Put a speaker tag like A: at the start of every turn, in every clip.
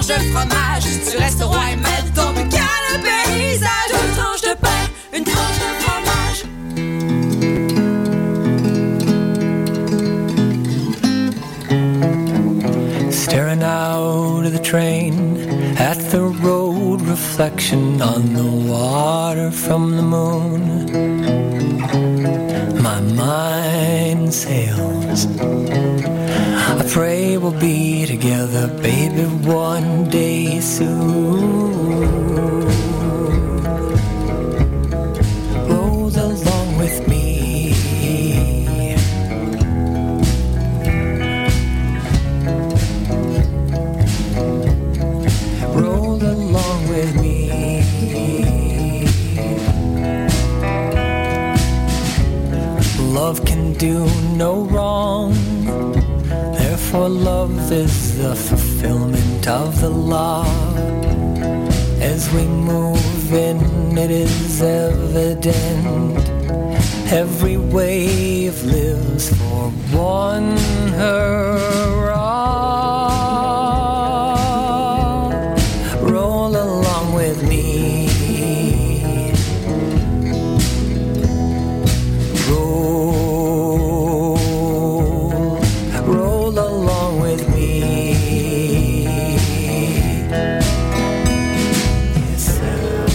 A: fromage du restaurant et mettre ton le paysage. Une tranche de pain, une tranche de fromage.
B: Staring out of the train at the road reflection on the water from the moon. My mind sails. I pray we'll be together, baby, one day soon. Roll along with me. roll along with me. Love can do no wrong, therefore, love is the fulfillment of the law. As we move in, it is evident every wave lives for one hurrah. Roll along with me. Roll, roll along with me. Yes, sir.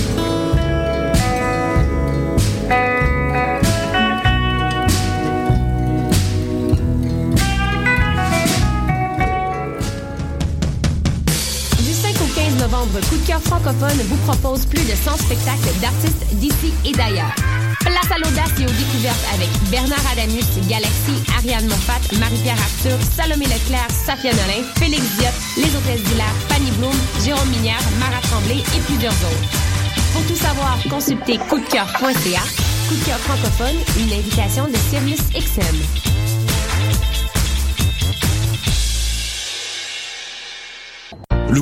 C: Du 5 au 15 novembre, Coup de cœur francophone vous propose plus de 100 spectacles d'artistes d'ici et d'ailleurs. Place à l'audace et aux découvertes avec Bernard Adamus, Galaxy, Ariane Moffat, Marie-Pierre Arthur, Salomé Leclerc, Safia Nolin, Félix Diop, Les Hôtesses d'Hilaire, Fanny Bloom, Jérôme Minière, Marat Tremblay et plusieurs autres. Pour tout savoir, consultez coupdecoeur.ca. Coup de cœur francophone, une invitation de Sirius XM.
D: Le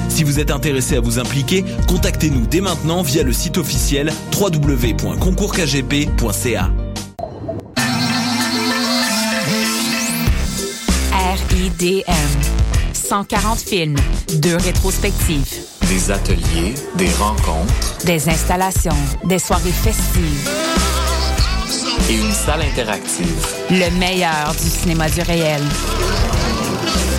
D: Si vous êtes intéressé à vous impliquer, contactez-nous dès maintenant via le site officiel www.concourskgp.ca.
E: RIDM. 140 films, deux rétrospectives,
F: Des ateliers, des rencontres
E: des installations, des soirées festives,
F: et une salle interactive.
E: le meilleur du cinéma du réel.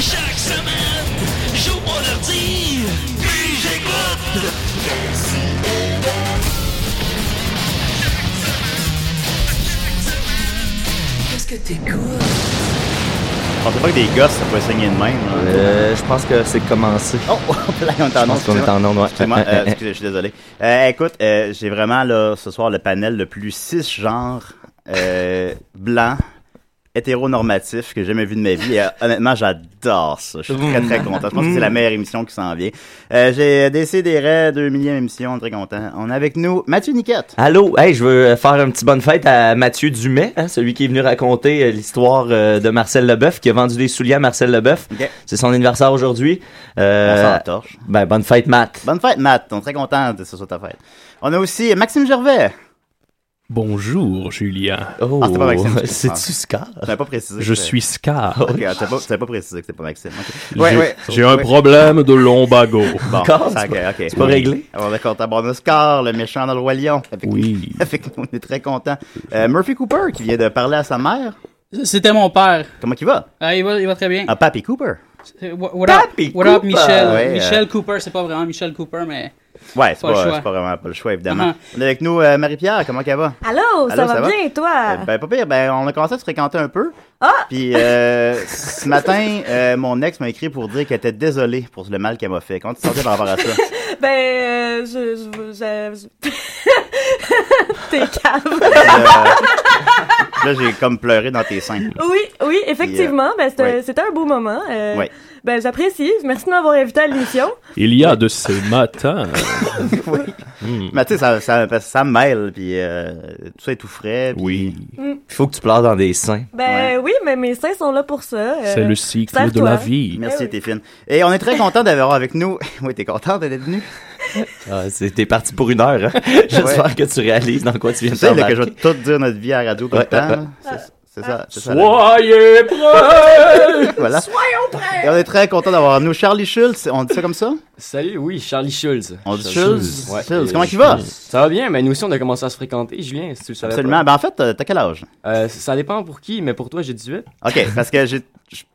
G: Chaque semaine, j'ouvre mon ordi, puis j'écoute. Qu'est-ce que t'écoutes?
H: Je pensais pas que des gosses, ça pouvait saigner de même. là.
I: Euh, je pense que c'est commencé.
H: Oh, là, on est
I: Je
H: en
I: pense
H: onde,
I: qu'on est en onde, ouais.
H: Excusez-moi,
I: Euh,
H: euh,
I: euh,
H: excusez, je suis désolé. Euh, écoute, euh, j'ai vraiment là ce soir le panel le plus six genres euh, blanc, hétéronormatif que j'ai jamais vu de ma vie. Et, euh, honnêtement, j'adore ça. Je suis très très content. Je pense que c'est la meilleure émission qui s'en vient. Euh, j'ai décidé deux millième émission, très content. On a avec nous Mathieu Niquette.
I: Allô, hey, je veux faire une petite bonne fête à Mathieu Dumais, hein, celui qui est venu raconter euh, l'histoire euh, de Marcel Leboeuf, qui a vendu des souliers à Marcel Leboeuf.
H: Ok.
I: C'est son anniversaire aujourd'hui.
H: On s'en
I: Euh,
H: torche.
I: ben, bonne fête, Matt.
H: Bonne fête, Matt. On est très content de ce soit ta fête. On a aussi Maxime Gervais.
J: Bonjour Julien.
I: Oh,
H: Ah, c'était pas Maxime, je
I: c'est-tu Scar?
H: Tu n'as pas précisé.
J: Je suis Scar.
H: Ok, ah, t'as pas, t'as pas précisé que c'était pas Maxime. ok.
J: J'ai
H: Ouais, ouais.
J: j'ai un problème de lombago.
H: Bon,
I: Encore?
H: ça,
I: C'est
H: ok, ok. Ah,
I: c'est pas réglé?
H: On est content. Bon, on a Scar, le méchant dans le Roi Lion. Avec
J: Oui.
H: avec nous, on est très content. Euh, Murphy Cooper qui vient de parler à sa mère.
K: C'était mon père.
H: Comment il va?
K: Ah, il va? Il va très bien.
H: Ah, Papi Cooper.
K: C'est- wha- What up?
H: Papi
K: What up,
H: Cooper!
K: Michel?
H: Ouais, euh,
K: Michel Cooper, c'est pas vraiment Michel Cooper, mais.
H: Ouais, c'est pas,
K: Pas le choix. Uh-huh.
H: c'est pas vraiment pas le choix, évidemment. On est avec nous, euh, Marie-Pierre, comment qu'elle va?
L: Allô, ça va bien, et toi?
H: Euh, ben, pas pire. Ben, on a commencé à se fréquenter un peu.
L: Ah!
H: Puis, euh, ce matin, euh, mon ex m'a écrit pour dire qu'elle était désolée pour le mal qu'elle m'a fait. Comment tu te sentais par rapport à ça?
L: Ben, euh, je. je, je, je... T'es calme.
H: Euh, Là, j'ai comme pleuré dans tes seins.
L: Oui, oui, effectivement. Ben, c'était c'était un beau moment. Euh,
J: Ouais.
L: Ben, j'apprécie. Merci de m'avoir invité à l'émission.
J: Il y a de Hmm. ces matins.
H: Mais tu sais, ça, ça, parce que ça mêle, puis euh, tout ça est tout frais. Oui.
L: Mm.
I: Il faut que tu pleures dans des seins.
L: Ben oui, mais mes seins sont là pour ça. euh, serre-toi.
H: Merci,
L: Eh oui.
H: t'es fine. Et on est très content d'avoir avec nous. Oui, t'es content d'être venu?
I: Ah, c'est- T'es parti pour une heure. hein. J'espère que tu réalises dans quoi tu viens
H: Tu
I: de
H: sais, là,
I: t'embarquer.
H: que je vais tout dire notre vie à la radio tout le
I: Ouais,
H: temps.
I: ouais,
H: là. C'est- C'est ça. c'est ça, la-
J: Soyez prêts!
H: Voilà.
G: Soyons
H: Et on est très content d'avoir nous. Charlie Schulz, on dit ça comme ça?
M: Salut, oui, Charlie Schulz.
H: On dit
M: Charlie
H: Schulz?
M: Ouais,
H: Schulz,
M: euh,
H: comment il va?
M: Ça va bien, mais nous aussi, on a commencé à se fréquenter, Julien, si tu le savais
H: Absolument. Ben, en fait, euh, t'as quel âge?
M: pas. Euh, ça dépend pour qui, mais pour toi, j'ai 18.
H: OK, parce que j'ai.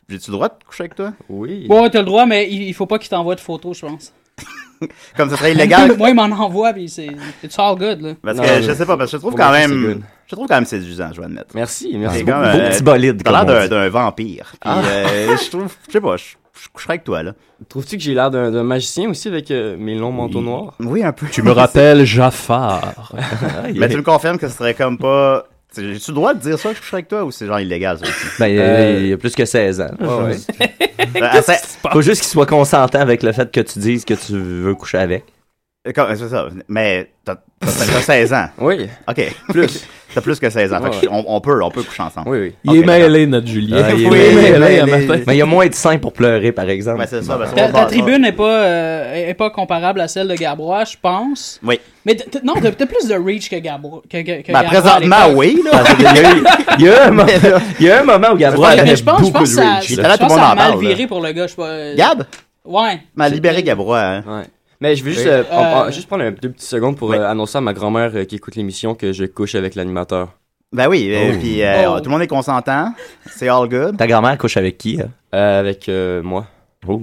H: J'ai-tu le droit de coucher avec toi?
M: Oui.
K: Bon, t'as le droit, mais il il faut pas qu'il t'envoie de photos, je pense.
H: Comme ça serait illégal.
K: Moi, il m'en envoie, puis c'est. It's all good, là.
H: Parce que je sais pas, parce que je trouve quand même. Je trouve quand même séduisant, je dois admettre.
M: Merci, merci
H: T'es
M: beaucoup.
H: comme,
M: Beau petit bolide,
H: T'as l'air
M: comme on
H: d'un-
M: dit.
H: d'un vampire. Puis,
M: Ah.
H: euh, je trouve. Je sais pas, je je coucherais avec toi, là.
M: Trouves-tu que j'ai l'air d'un d'un magicien aussi avec euh, mes longs manteaux noirs?
H: Oui, un peu.
J: Tu me rappelles Jafar.
I: Ah,
H: Mais tu me confirmes que ce serait comme pas. T'sais, J'ai-tu le droit de dire ça que je coucherais avec toi ou c'est genre illégal, ça aussi?
I: Ben, il y a-
H: Euh,
I: il y a plus que 16 ans.
H: Ouais, ouais.
I: Euh,
H: Qu'est-ce qui se passe?
I: Faut juste qu'il soit consentant avec le fait que tu dises que tu veux coucher avec.
H: Comme- C'est ça. Mais t'as t'as- t'as 16 ans.
M: Oui.
H: OK.
M: Plus.
H: T'as plus que 16 ans. Fait que
I: Ouais.
H: on, on peut, on peut coucher ensemble.
M: Oui, oui.
I: Il est
J: mêlé, notre Julien.
I: Ah, il est
J: Oui,
I: mêlé,
J: il est mêlé,
I: il est
J: un
I: mêlé.
J: matin.
I: Mais il y a moins de seins pour pleurer, par exemple.
H: Ben, c'est ça, ben,
K: Ta, ta tribune n'est pas, euh, est- est pas comparable à celle de Gabrois, je pense.
H: Oui.
K: Mais t- t- non, t'as t'as plus de reach que Gabrois. Que, que- que
H: Ben,
K: Gabrois à
H: présentement,
K: l'époque.
H: oui, là.
I: Parce qu'il y a eu- Il y a eu un moment- il y a eu un moment où Gabriel
K: Ouais,
I: avait
K: mais je pense, je
I: beaucoup
K: pense
I: de
K: que ça,
I: reach,
K: je
I: là.
K: pense que ça a mal viré pour le gars. Je sais pas, euh,
H: Gab?
K: Ouais.
H: M'a libéré Gabrois, hein.
M: Ouais. Mais je veux juste,
H: Oui.
M: euh, en- en-
K: Euh,
M: juste prendre un, deux petites secondes pour euh, annoncer à ma grand-mère euh, qui écoute l'émission que je couche avec l'animateur.
H: Ben oui, euh,
M: Oh.
H: puis euh,
M: Oh.
H: tout le monde est consentant. C'est all good.
I: Ta grand-mère couche avec qui Oh.
M: Avec euh, moi.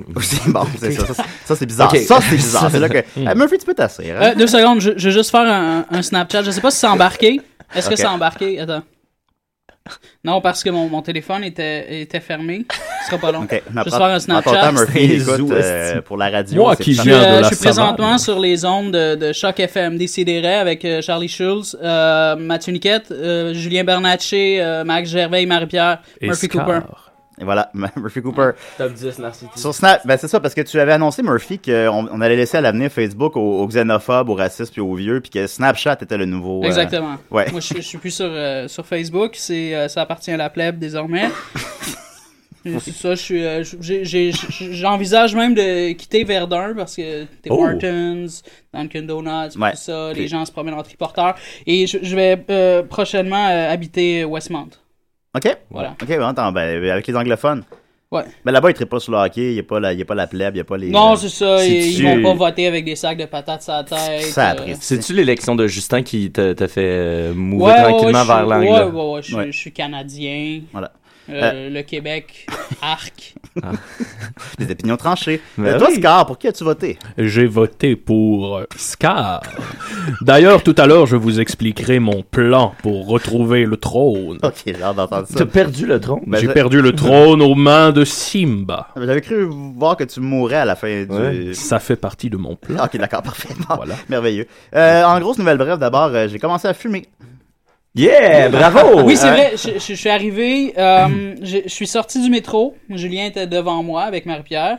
H: bon, c'est ça. Ça, c'est- ça, c'est bizarre. Ça, c'est bizarre. C'est là que.
I: Hmm.
H: Eh, Murphy, tu peux t'asseoir. hein?
K: Euh, deux secondes, je, je vais juste faire un, un Snapchat. Je sais pas si c'est embarqué. Est-ce
H: Ok.
K: que c'est embarqué? Attends. Non, parce que mon, mon téléphone était, était fermé. Ce sera pas long.
H: Ok,
K: je
H: mais
K: vais juste
H: prends-
K: faire un Snapchat.
H: attends, Murphy,
I: Les
H: écoute,
I: zoos,
H: euh,
I: esti.
H: pour la radio.
J: Moi
H: c'est
J: qui
H: pas-
J: viens
K: Euh, je suis présentement sur les ondes de, de Choc FM Décideret avec euh, Charlie Schulz, euh, Mathieu Niquette, euh, Julien Bernatchez, euh, Max Gervais, Marie-Pierre, Murphy Cooper.
H: Et voilà, Murphy Cooper.
M: Top 10 narcissique.
H: Sur Snap, ben c'est ça, parce que tu avais annoncé, Murphy, qu'on on allait laisser à l'avenir Facebook aux, aux xénophobes, aux racistes puis aux vieux, puis que Snapchat était le nouveau. euh,
K: Exactement.
H: ouais.
K: Moi, je, je suis plus sur, euh, sur Facebook. C'est, euh, ça appartient à la plèbe désormais. Et c'est ça, je suis, euh, je- j'ai- j'ai- j'ai- j'envisage même de quitter Verdun parce que t'es
H: Oh.
K: Martins, Dunkin' Donuts,
H: Ouais.
K: tout ça, les
H: Puis-
K: gens se promènent en triporteur. Et je, je vais euh, prochainement euh, habiter Westmont.
H: OK?
K: Voilà.
H: OK, ben, attends, ben, avec les anglophones.
K: Ouais.
H: Ben là-bas, ils ne pas sur le hockey, il n'y a, pas la- y a pas la plèbe, il n'y a pas les.
K: Non,
H: euh,
K: c'est ça,
H: si
K: ils,
H: tu-
K: ils vont pas voter avec des sacs de patates sur la tête. euh,
I: C'est-tu l'élection de Justin qui te, te fait euh, mouver
K: ouais,
I: tranquillement
K: ouais,
I: vers
K: je suis-
I: l'angle?
K: Ouais,
I: là?
K: ouais, ouais, je, suis-
I: Ouais.
K: je suis canadien.
H: Voilà.
K: Euh, Le Québec, arc.
I: Ah.
H: Des opinions tranchées.
J: Ben
H: Euh, toi,
J: oui.
H: Scar, pour qui as-tu voté?
J: J'ai voté pour euh, Scar. D'ailleurs, tout à l'heure, je vous expliquerai mon plan pour retrouver le trône.
H: Ok, j'ai hâte d'entendre ça.
I: T'as perdu le trône?
H: Ben,
J: J'ai
H: je-
J: perdu le trône aux mains de Simba.
H: J'avais cru voir que tu mourrais à la fin du.
J: Ça fait partie de mon plan.
H: Ok, d'accord, parfaitement. Merveilleux. Euh, en grosse nouvelle brève, d'abord, euh, j'ai commencé à fumer. Eh,
I: Yeah, bravo!
K: Ah, Oui,
J: Euh,
K: c'est
I: Hein?
K: vrai, je, je- je suis arrivé, euh, je, je suis sorti du métro, Julien était devant moi avec Marie-Pierre,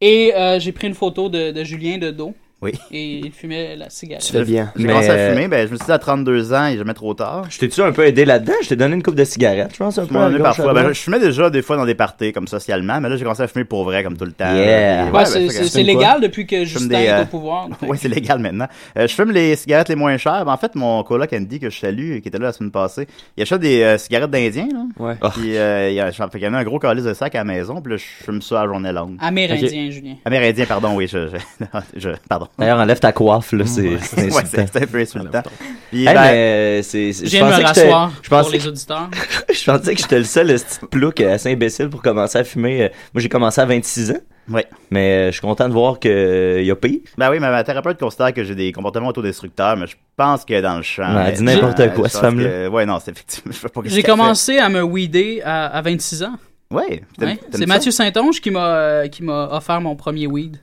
K: et euh, j'ai pris une photo de, de Julien de dos.
H: Oui.
K: Et il fumait la cigarette.
H: J'ai
I: Mais- euh,
H: commencé à fumer, ben, je me suis dit à 32 ans, il est jamais trop tard.
I: Je t'ai-tu un peu aidé là-dedans? Je t'ai donné une coupe de cigarettes, je pense, un
H: Je
I: peu.
H: m'en ai
I: à gauche, à
H: parfois.
I: droite.
H: Ben, je fumais déjà des fois dans des parties, comme socialement, mais là, j'ai commencé à fumer pour vrai, comme tout le temps.
I: Yeah.
H: Et
I: Ouais,
H: ben,
K: c'est-
H: fait que-
K: c'est- c'est légal depuis que
H: Je fume
K: Justin
H: des,
K: est au
H: euh,
K: pouvoir.
H: Oui, c'est légal maintenant. Euh, je fume les cigarettes les moins chères. Ben, en fait, mon coloc Andy, que je salue, qui était là la semaine passée, il achète des euh, cigarettes d'Indien. là.
M: Ouais.
H: Puis, euh, il, y a, fait qu'il y en a un gros calice de sac à la maison, puis là, je fume ça à journée longue.
K: Amérindien, Julien.
H: Amérindien, pardon, oui. Je, je- je- pardon.
I: D'ailleurs, enlève ta coiffe, là, c'est c'est
H: Ouais,
I: insultant.
H: c'est un peu insultant.
I: Hey,
H: Puis, ben,
I: mais, euh, c'est-
K: Je
I: c'est-
K: viens de
I: pensais
K: me
I: que j'étais-
K: rasseoir
I: je
K: pour
I: pensais,
K: les auditeurs.
I: je pensais que j'étais le seul petit plouc euh, assez imbécile pour commencer à fumer. Euh, Moi, j'ai commencé à 26 ans. Mais euh, je suis content de voir qu'il y a pire.
H: Ben oui, mais ma thérapeute considère que j'ai des comportements autodestructeurs, mais je pense qu'elle est dans le champ.
I: Ouais, Ben, elle dit
H: honnêtement,
I: n'importe quoi,
H: je
I: cette
H: pense
I: femme-là.
H: que- Ouais, non, c'est effectivement. Je sais pas qu'est-ce
K: J'ai
H: qu'elle
K: commencé à me weeder à, à 26 ans.
H: fait. Ouais. t'aimes-
K: Ouais.
H: t'aimes
K: C'est
H: ça?
K: Mathieu Saint-Onge qui m'a euh, qui m'a offert mon premier weed.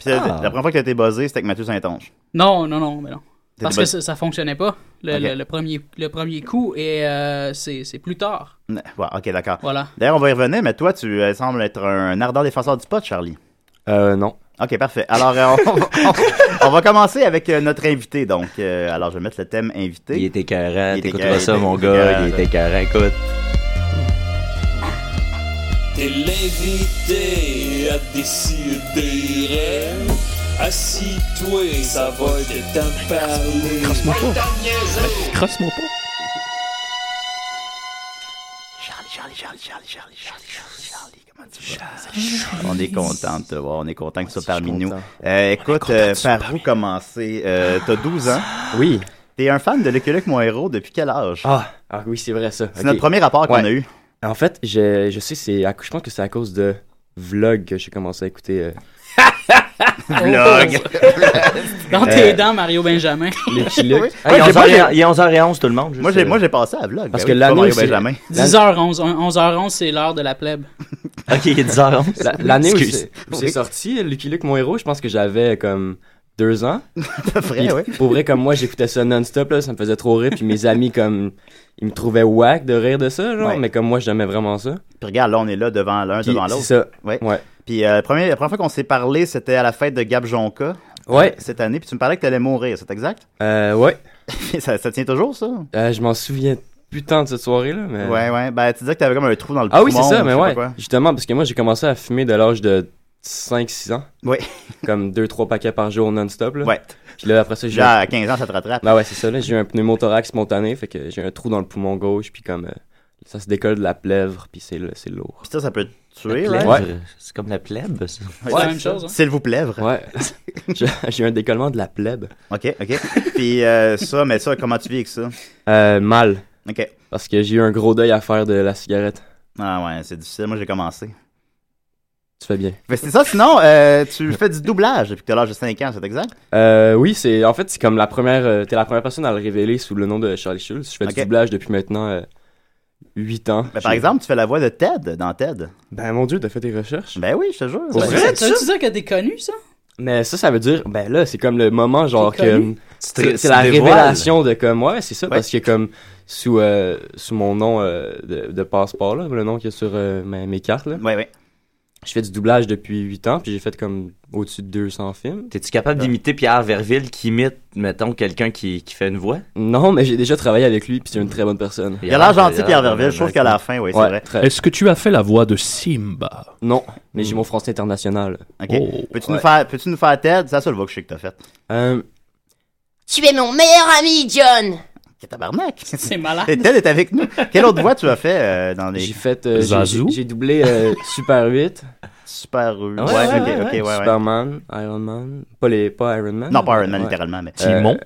H: Puis la-
I: Ah.
H: La première fois que t'as été buzzé, c'était avec Mathieu Saint-Onge.
K: Non, non, non, mais non.
H: T'étais
K: Parce
H: pas-
K: que ça, ça fonctionnait pas, le,
H: Ok.
K: le- le premier, le premier coup, et euh, c'est c'est plus tard.
H: Ouais, ok, d'accord.
K: Voilà.
H: D'ailleurs, on va y revenir, mais toi, tu euh, sembles être un ardent défenseur du pot, Charlie.
M: Euh, non.
H: Ok, parfait. Alors, euh, on, va- on va- on va commencer avec euh, notre invité. Donc, euh, alors, je vais mettre le thème invité.
I: Il est écœurant,
H: était
I: t'écouteras ça, mon gars. Il est écœurant, écoute.
N: T'es l'invité à décider. Assis-toi, ça va te t'en parler.
J: Crosse-moi pas.
N: Va t'en niaiser.
J: Crosse-moi pas.
H: Charlie, Charlie, Charlie, Charlie, Charlie, Charlie, Charlie, Charlie, comment tu vas? On est content de te voir, on est content que tu sois parmi nous. Euh, écoute, euh, par où commencer? Euh, T'as 12 ans.
M: Oui.
H: T'es un fan de Lucky Luke, mon héros, depuis quel âge?
M: Ah, ah oui, c'est vrai ça.
H: C'est notre premier rapport qu'on a eu.
M: En fait, je, je sais, c'est à- je pense que c'est à cause de vlog que j'ai commencé à écouter. euh,
H: Vlog. Euh,
K: Dans tes dents, Mario Benjamin.
M: Lucky
K: Oui.
M: Luke.
K: Hey,
H: Ah, j'ai- moi, j'ai-
I: Il est 11h11, tout le monde.
H: Moi,
I: juste,
H: j'ai- moi,
I: euh,
H: j'ai passé à vlog.
I: Parce
H: Ben
I: que
H: oui,
I: l'anneau,
H: Mario
I: c'est-
H: Benjamin.
K: 10h11, 11h11, c'est l'heure de la plèbe.
I: Ok, il est 10h11.
M: La- L'année où
I: Excuse.
M: c'est où c'est sorti, Lucky Luke, mon héros, je pense que j'avais comme deux ans.
H: vrai,
M: Puis,
H: ouais.
M: Pour vrai, comme moi, j'écoutais ça non-stop, là, ça me faisait trop rire. Puis mes amis, comme, ils me trouvaient whack de rire de ça, genre.
H: Ouais.
M: Mais comme moi, j'aimais vraiment ça.
H: Puis regarde, là, on est là devant l'un,
M: Puis
H: devant
M: c'est
H: l'autre.
M: ça.
H: Ouais. Puis euh, la première- la première fois qu'on s'est parlé, c'était à la fête de Gab Jonca. euh,
M: Ouais.
H: Cette année, puis tu me parlais que t'allais mourir, c'est exact?
M: Euh, ouais.
H: ça, ça tient toujours, ça?
M: Euh, je m'en souviens putain de cette soirée-là, mais.
H: Ouais, ouais. Ben, tu disais que t'avais comme un trou dans le
M: Ah oui, c'est
H: poumon,
M: ça,
H: ou
M: mais
H: je sais pas
M: ouais.
H: quoi.
M: Justement, parce que moi, j'ai commencé à fumer de l'âge de 5-6 ans.
H: Oui.
M: Comme 2-3 paquets par jour non-stop. là.
H: Ouais.
M: Puis là, après ça, j'ai.
H: Genre, à 15 ans, ça te rattrape.
M: Bah ouais, c'est ça, là. J'ai eu un pneumothorax spontané, fait que j'ai un trou dans le poumon gauche, puis comme. euh, ça se décolle de la plèvre, puis c'est le- c'est lourd.
H: Puis ça, ça peut te tuer,
M: La
H: right?
M: plèvre,
H: Ouais.
I: C'est comme la plèbe, ça.
H: Ouais, c'est la même chose, hein. S'il vous plaît, vrai.
M: Ouais. J'ai- J'ai eu un décollement de la plèbe.
H: Ok, ok. Puis euh, ça, mais ça, comment tu vis avec ça?
M: Euh, mal.
H: Ok.
M: Parce que j'ai eu un gros deuil à faire de la cigarette.
H: Ah ouais, c'est difficile. Moi, j'ai commencé.
M: Tu fais bien.
H: Mais c'est ça, sinon, euh, tu fais du doublage depuis que t'as l'âge de 5 ans, c'est exact?
M: Euh, oui, c'est en fait c'est comme la première. euh, T'es la première personne à le révéler sous le nom de Charlie Schulz. Je fais
H: Ok.
M: du doublage depuis maintenant 8 ans.
H: Ben, par
M: J'ai-
H: exemple, tu fais la voix de Ted dans Ted.
M: Ben mon dieu, t'as fait des recherches.
H: Ben oui, je te jure.
M: Pour
K: Ça-
M: vrai,
K: ça-
M: ça?
K: Tu dire que t'es connu, ça?
M: Mais ça, ça veut dire, ben là, c'est comme le moment, genre,
K: T'es
M: que. euh,
K: connu.
M: C'est-
K: Tu te-
M: C'est
K: tu
M: la
K: te dévoiles.
M: révélation de comme, ouais, c'est ça, parce que comme, sous, euh, sous mon nom euh, de, de passeport, là, le nom qu'il y a sur euh, mes, mes cartes, là.
H: Ouais, ouais.
M: Je fais du doublage depuis 8 ans, puis j'ai fait comme au-dessus de 200 films.
I: T'es-tu capable d'imiter Pierre Verville qui imite, mettons, quelqu'un qui, qui fait une voix?
M: Non, mais j'ai déjà travaillé avec lui, puis c'est une très bonne personne.
H: Il a l'air gentil, Pierre Verville. Je trouve qu'à la fin, oui, c'est
M: Ouais,
H: vrai.
M: très.
J: Est-ce que tu as fait la voix de Simba
M: Non, mais j'ai mon français international.
H: Ok.
J: Oh.
H: Peux-tu
M: Ouais.
H: nous faire, peux-tu nous faire Ted? C'est la seule voix que je sais que t'as faite.
M: Euh,
O: Tu es mon meilleur ami, John.
H: que tabarnak!
K: C'est malade.
H: Et Ted est avec nous. Quelle autre voix tu as fait euh, dans les.
M: J'ai fait. euh, j'ai- j'ai- J'ai doublé euh, Super 8.
H: Super 8.
M: Ah
H: Ouais, ok, ok, ouais, ouais.
M: Superman, Iron Man. Pas, les, pas Iron Man.
H: Non, pas Iron Man,
M: Ouais.
H: littéralement, mais-
M: Euh,
H: Timon.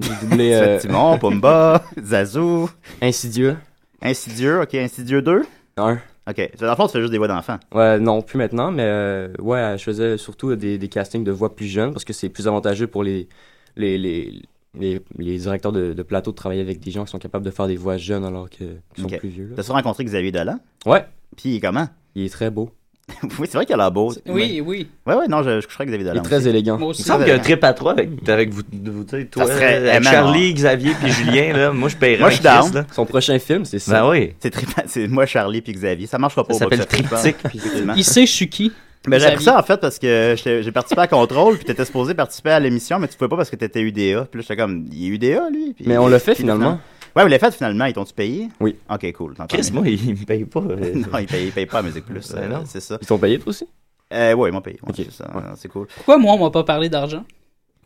M: J'ai doublé.
H: Tu fais
M: euh,
H: Timon, Pumba, Zazu.
M: Insidieux.
H: Insidieux, ok, Insidieux 2.
M: Un.
H: Ok. Dans le fond, tu fais juste des voix d'enfants.
M: Ouais, non, plus maintenant, mais euh, ouais, je faisais surtout des, des castings de voix plus jeunes parce que c'est plus avantageux pour les, les, les, les, les directeurs de, de plateau de travailler avec des gens qui sont capables de faire des voix jeunes alors que qu'ils sont
H: Ok.
M: plus vieux. là.
H: T'as-tu rencontré Xavier Dolan?
M: Ouais.
H: Puis il est comment?
M: Il est très beau.
H: oui, c'est vrai qu'il a l'air beau.
K: Oui, oui.
H: Ouais, ouais, non, je, je coucherais avec Xavier Dolan.
M: Il est très
H: aussi.
M: élégant.
K: Moi
I: Il me semble qu'il y a un trip à trois avec, avec vous, vous tu sais, toi, euh,
H: Ça serait
I: avec
H: aimant,
I: Charlie,
H: hein.
I: Xavier puis Julien, là. Moi, je paierais.
H: Moi, je suis
I: un
H: down.
I: Christ, là.
M: Son prochain film, c'est ça.
I: Ben oui.
H: C'est trippant. C'est moi, Charlie puis Xavier. Ça marchera pas.
I: Ça
H: au box
I: s'appelle
H: office,
I: triptyque,
H: je pense.
I: puis-
H: Effectivement.
K: Il sait je suis qui.
H: Mais j'ai appris
K: Xavier.
H: ça en fait parce que j'étais- j'ai participé à Contrôle, puis t'étais supposé participer à l'émission, mais tu pouvais pas parce que t'étais UDA. Puis là, j'étais comme, il est UDA, lui. Puis-
M: Mais on l'a fait,
H: puis
M: finalement.
H: Ouais, on l'a fait finalement. Ils t'ont-tu payé?
M: Oui.
H: Ok, cool. Tant
I: Chris,
H: mieux.
I: moi, il me paye pas. euh.
H: non, ils payent, ils payent pas à Musique Plus.
I: Ben
H: euh,
I: non.
H: c'est ça.
M: Ils t'ont payé, toi aussi?
H: Euh, ouais, ils m'ont payé. ouais, c'est ça, C'est cool.
K: Pourquoi moi, on m'a pas parlé d'argent?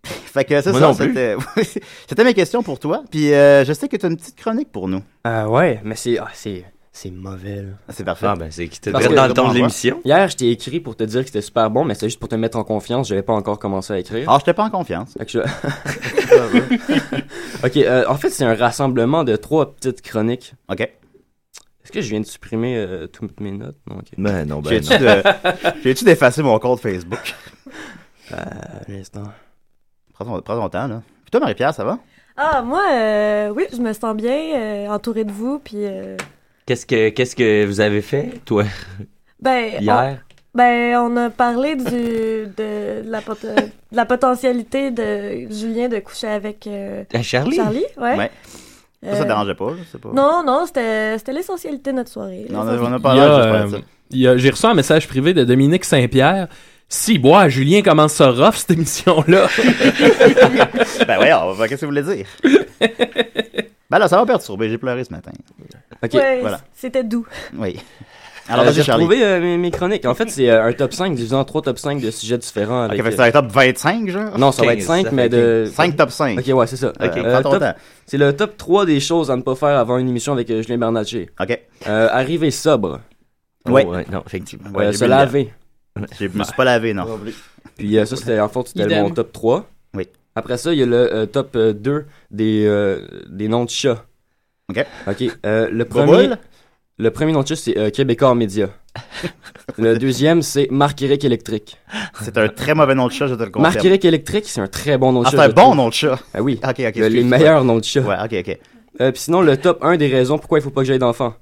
H: Fait que c'est
M: Moi
H: ça,
M: non plus.
H: c'était c'était mes questions pour toi. Puis euh, je sais que tu as une petite chronique pour nous.
M: Ah ouais, mais c'est ah, c'est C'est mauvais, là.
H: c'est parfait.
M: Ah, ben, c'est qui
H: Parce que-
M: dans le
H: comment
M: temps
H: on
M: de
H: va?
M: l'émission. Hier, je t'ai écrit pour te dire que c'était super bon, mais c'est juste pour te mettre en confiance. J'avais pas encore commencé à écrire.
H: Ah, j'étais pas en confiance.
M: Fait que je- ok, euh, en fait, c'est un rassemblement de trois petites chroniques.
H: Ok.
M: Est-ce que je viens de supprimer euh, toutes mes notes? Non, ok.
H: Ben non, ben J'ai-tu non. de- j'ai-tu d'effacer mon compte Facebook?
M: Euh, un instant.
H: Prends ton, prends ton temps, là. Puis toi, Marie-Pierre, ça va?
L: Ah, moi, euh, oui, je me sens bien euh, entourée de vous, puis... euh,
I: Qu'est-ce que, qu'est-ce que vous avez fait, toi,
L: ben,
I: hier?
L: on- ben, on a parlé du, de, de la, pot- euh, de la potentialité de Julien de coucher avec... euh,
H: Ah, Charlie?
L: Charlie, ouais.
H: Ça, ça te
L: Euh,
H: dérangeait pas, je sais pas.
L: Non, non, c'était c'était l'essentialité de notre soirée.
H: Non,
L: l'essentialité.
H: on a
J: Il
H: pas
J: y a,
H: l'air de
J: euh, il y a- J'ai reçu un message privé de Dominique Saint-Pierre. Si, bois, Julien commence ça rough, cette émission-là.
H: Ben voyons, enfin, qu'est-ce que vous voulez dire? ben là, ça m'a perturbé, j'ai pleuré ce matin.
M: Ok.
L: Ouais,
M: Voilà.
L: C'était doux.
H: Oui. Alors,
M: Euh,
H: vas-y,
M: j'ai
H: Charlie.
M: retrouvé euh, mes, mes chroniques. En fait, c'est euh, un top 5 divisé en trois top 5 de sujets différents. Avec, euh,
H: fait que c'est un top 25, genre?
M: Non, ça va être
H: 15,
M: 5,
H: ça
M: mais
H: fait
M: de.
H: 5 top 5.
M: Ok, ouais, c'est ça. Euh,
H: Ok, prends ton
M: top-
H: temps.
M: C'est le top 3 des choses à ne pas faire avant une émission avec euh, Julien Bernatchez. Euh,
H: Ok.
M: arriver sobre.
H: Ouais.
M: Non, effectivement. Euh,
H: Ouais, j'ai
M: se
H: bu le lait.
M: laver.
H: J'ai- Je me suis pas lavé, non.
M: Puis euh, ça, c'était en fait, c'était
H: Idem.
M: mon top 3.
H: Oui.
M: Après ça, il y a le euh, top euh, 2 des, euh, des noms de chats.
H: OK.
M: OK. euh, le, premier,
H: Boboule?
M: le premier nom de chat, c'est euh, Québécois en média. le deuxième, c'est Marc-Éric Électrique.
H: C'est un très mauvais nom de chat, je te le confirme.
M: Marc-Éric Électrique, c'est un très bon nom de
H: Ah,
M: chat.
H: c'est un
M: je
H: bon
M: trouve.
H: nom de chat.
M: Ah oui.
H: Ok, ok.
M: Le- les
H: excuse-moi.
M: meilleurs noms de chat.
H: Ouais, ok, ok.
M: Euh, puis sinon, le top 1 des raisons pourquoi il faut pas que j'aille d'enfant.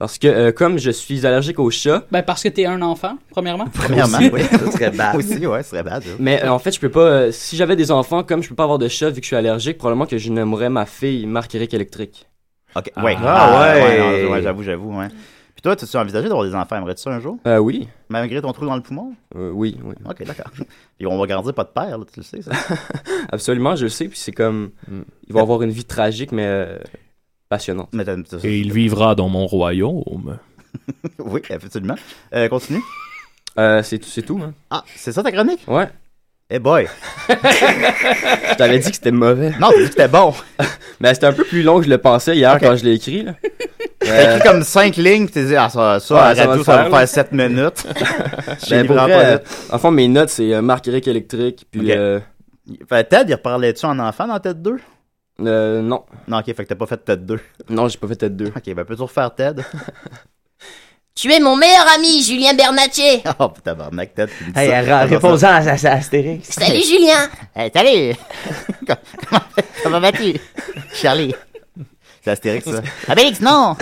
M: Parce que euh, comme je suis allergique aux chats,
K: Ben, parce que t'es un enfant, premièrement.
H: Premièrement,
M: Aussi.
H: oui.
M: Ça serait bad.
H: Aussi, ouais, ce serait bad. ça.
M: Mais euh, en fait, je peux pas. euh, si j'avais des enfants, comme je peux pas avoir de chat vu que je suis allergique, probablement que je nommerais ma fille Marc-Éric Électrique.
H: Ok, ouais.
M: Ah, ouais.
H: ouais, non, ouais, j'avoue, j'avoue, ouais. Puis toi, tu as envisagé d'avoir des enfants, aimerais-tu ça un jour?
M: Euh, oui.
H: Malgré ton trou dans le poumon?
M: Euh, oui, oui.
H: Ok, d'accord. Et on va grandir pas de père, là, tu le sais, ça.
M: Absolument, je le sais. Puis c'est comme.
J: Mm.
M: Ils vont avoir une vie tragique, mais euh, passionnante.
J: Et il vivra dans mon royaume.
H: oui, absolument. Euh, continue.
M: Euh, c'est tout, c'est tout. Hein.
H: Ah, c'est ça ta chronique?
M: Ouais.
H: Eh boy!
M: Je t'avais dit que c'était mauvais.
H: Non, t'as dit que c'était bon.
M: mais c'était un peu plus long que je le pensais hier quand je l'ai écrit. Là.
H: T'as
M: Euh,
H: écrit comme 5 lignes, puis t'es dit, ah, ça, ça,
M: Ouais,
H: à
M: ça va
H: radio,
M: le
H: ça va
M: faire,
H: me
M: là.
H: faire 7 minutes. J'ai
M: ben, pour
H: vraiment
M: vrai,
H: pas
M: euh, en fond, mes notes, c'est euh, Marc-Éric Électrique. Puis.
H: Ok.
M: euh,
H: Fait, Ted, il reparlait-tu en enfant dans Ted 2?
M: Euh, non.
H: Non, ok, fait que t'as pas fait Ted 2.
M: Non, j'ai pas fait Ted 2.
H: Ok, ben peux-tu refaire Ted?
O: Tu es mon meilleur ami, Julien Bernatier.
H: oh, putain, tabarnak, Ted. tu me dis
I: Hey,
H: ça.
I: ra-
H: Comment ça?
I: réponds-en à, à- à Astérix.
O: Salut, Julien.
H: Hey, salut! comment comment vas-tu? Charlie. C'est Astérix, ça. Abélix, non!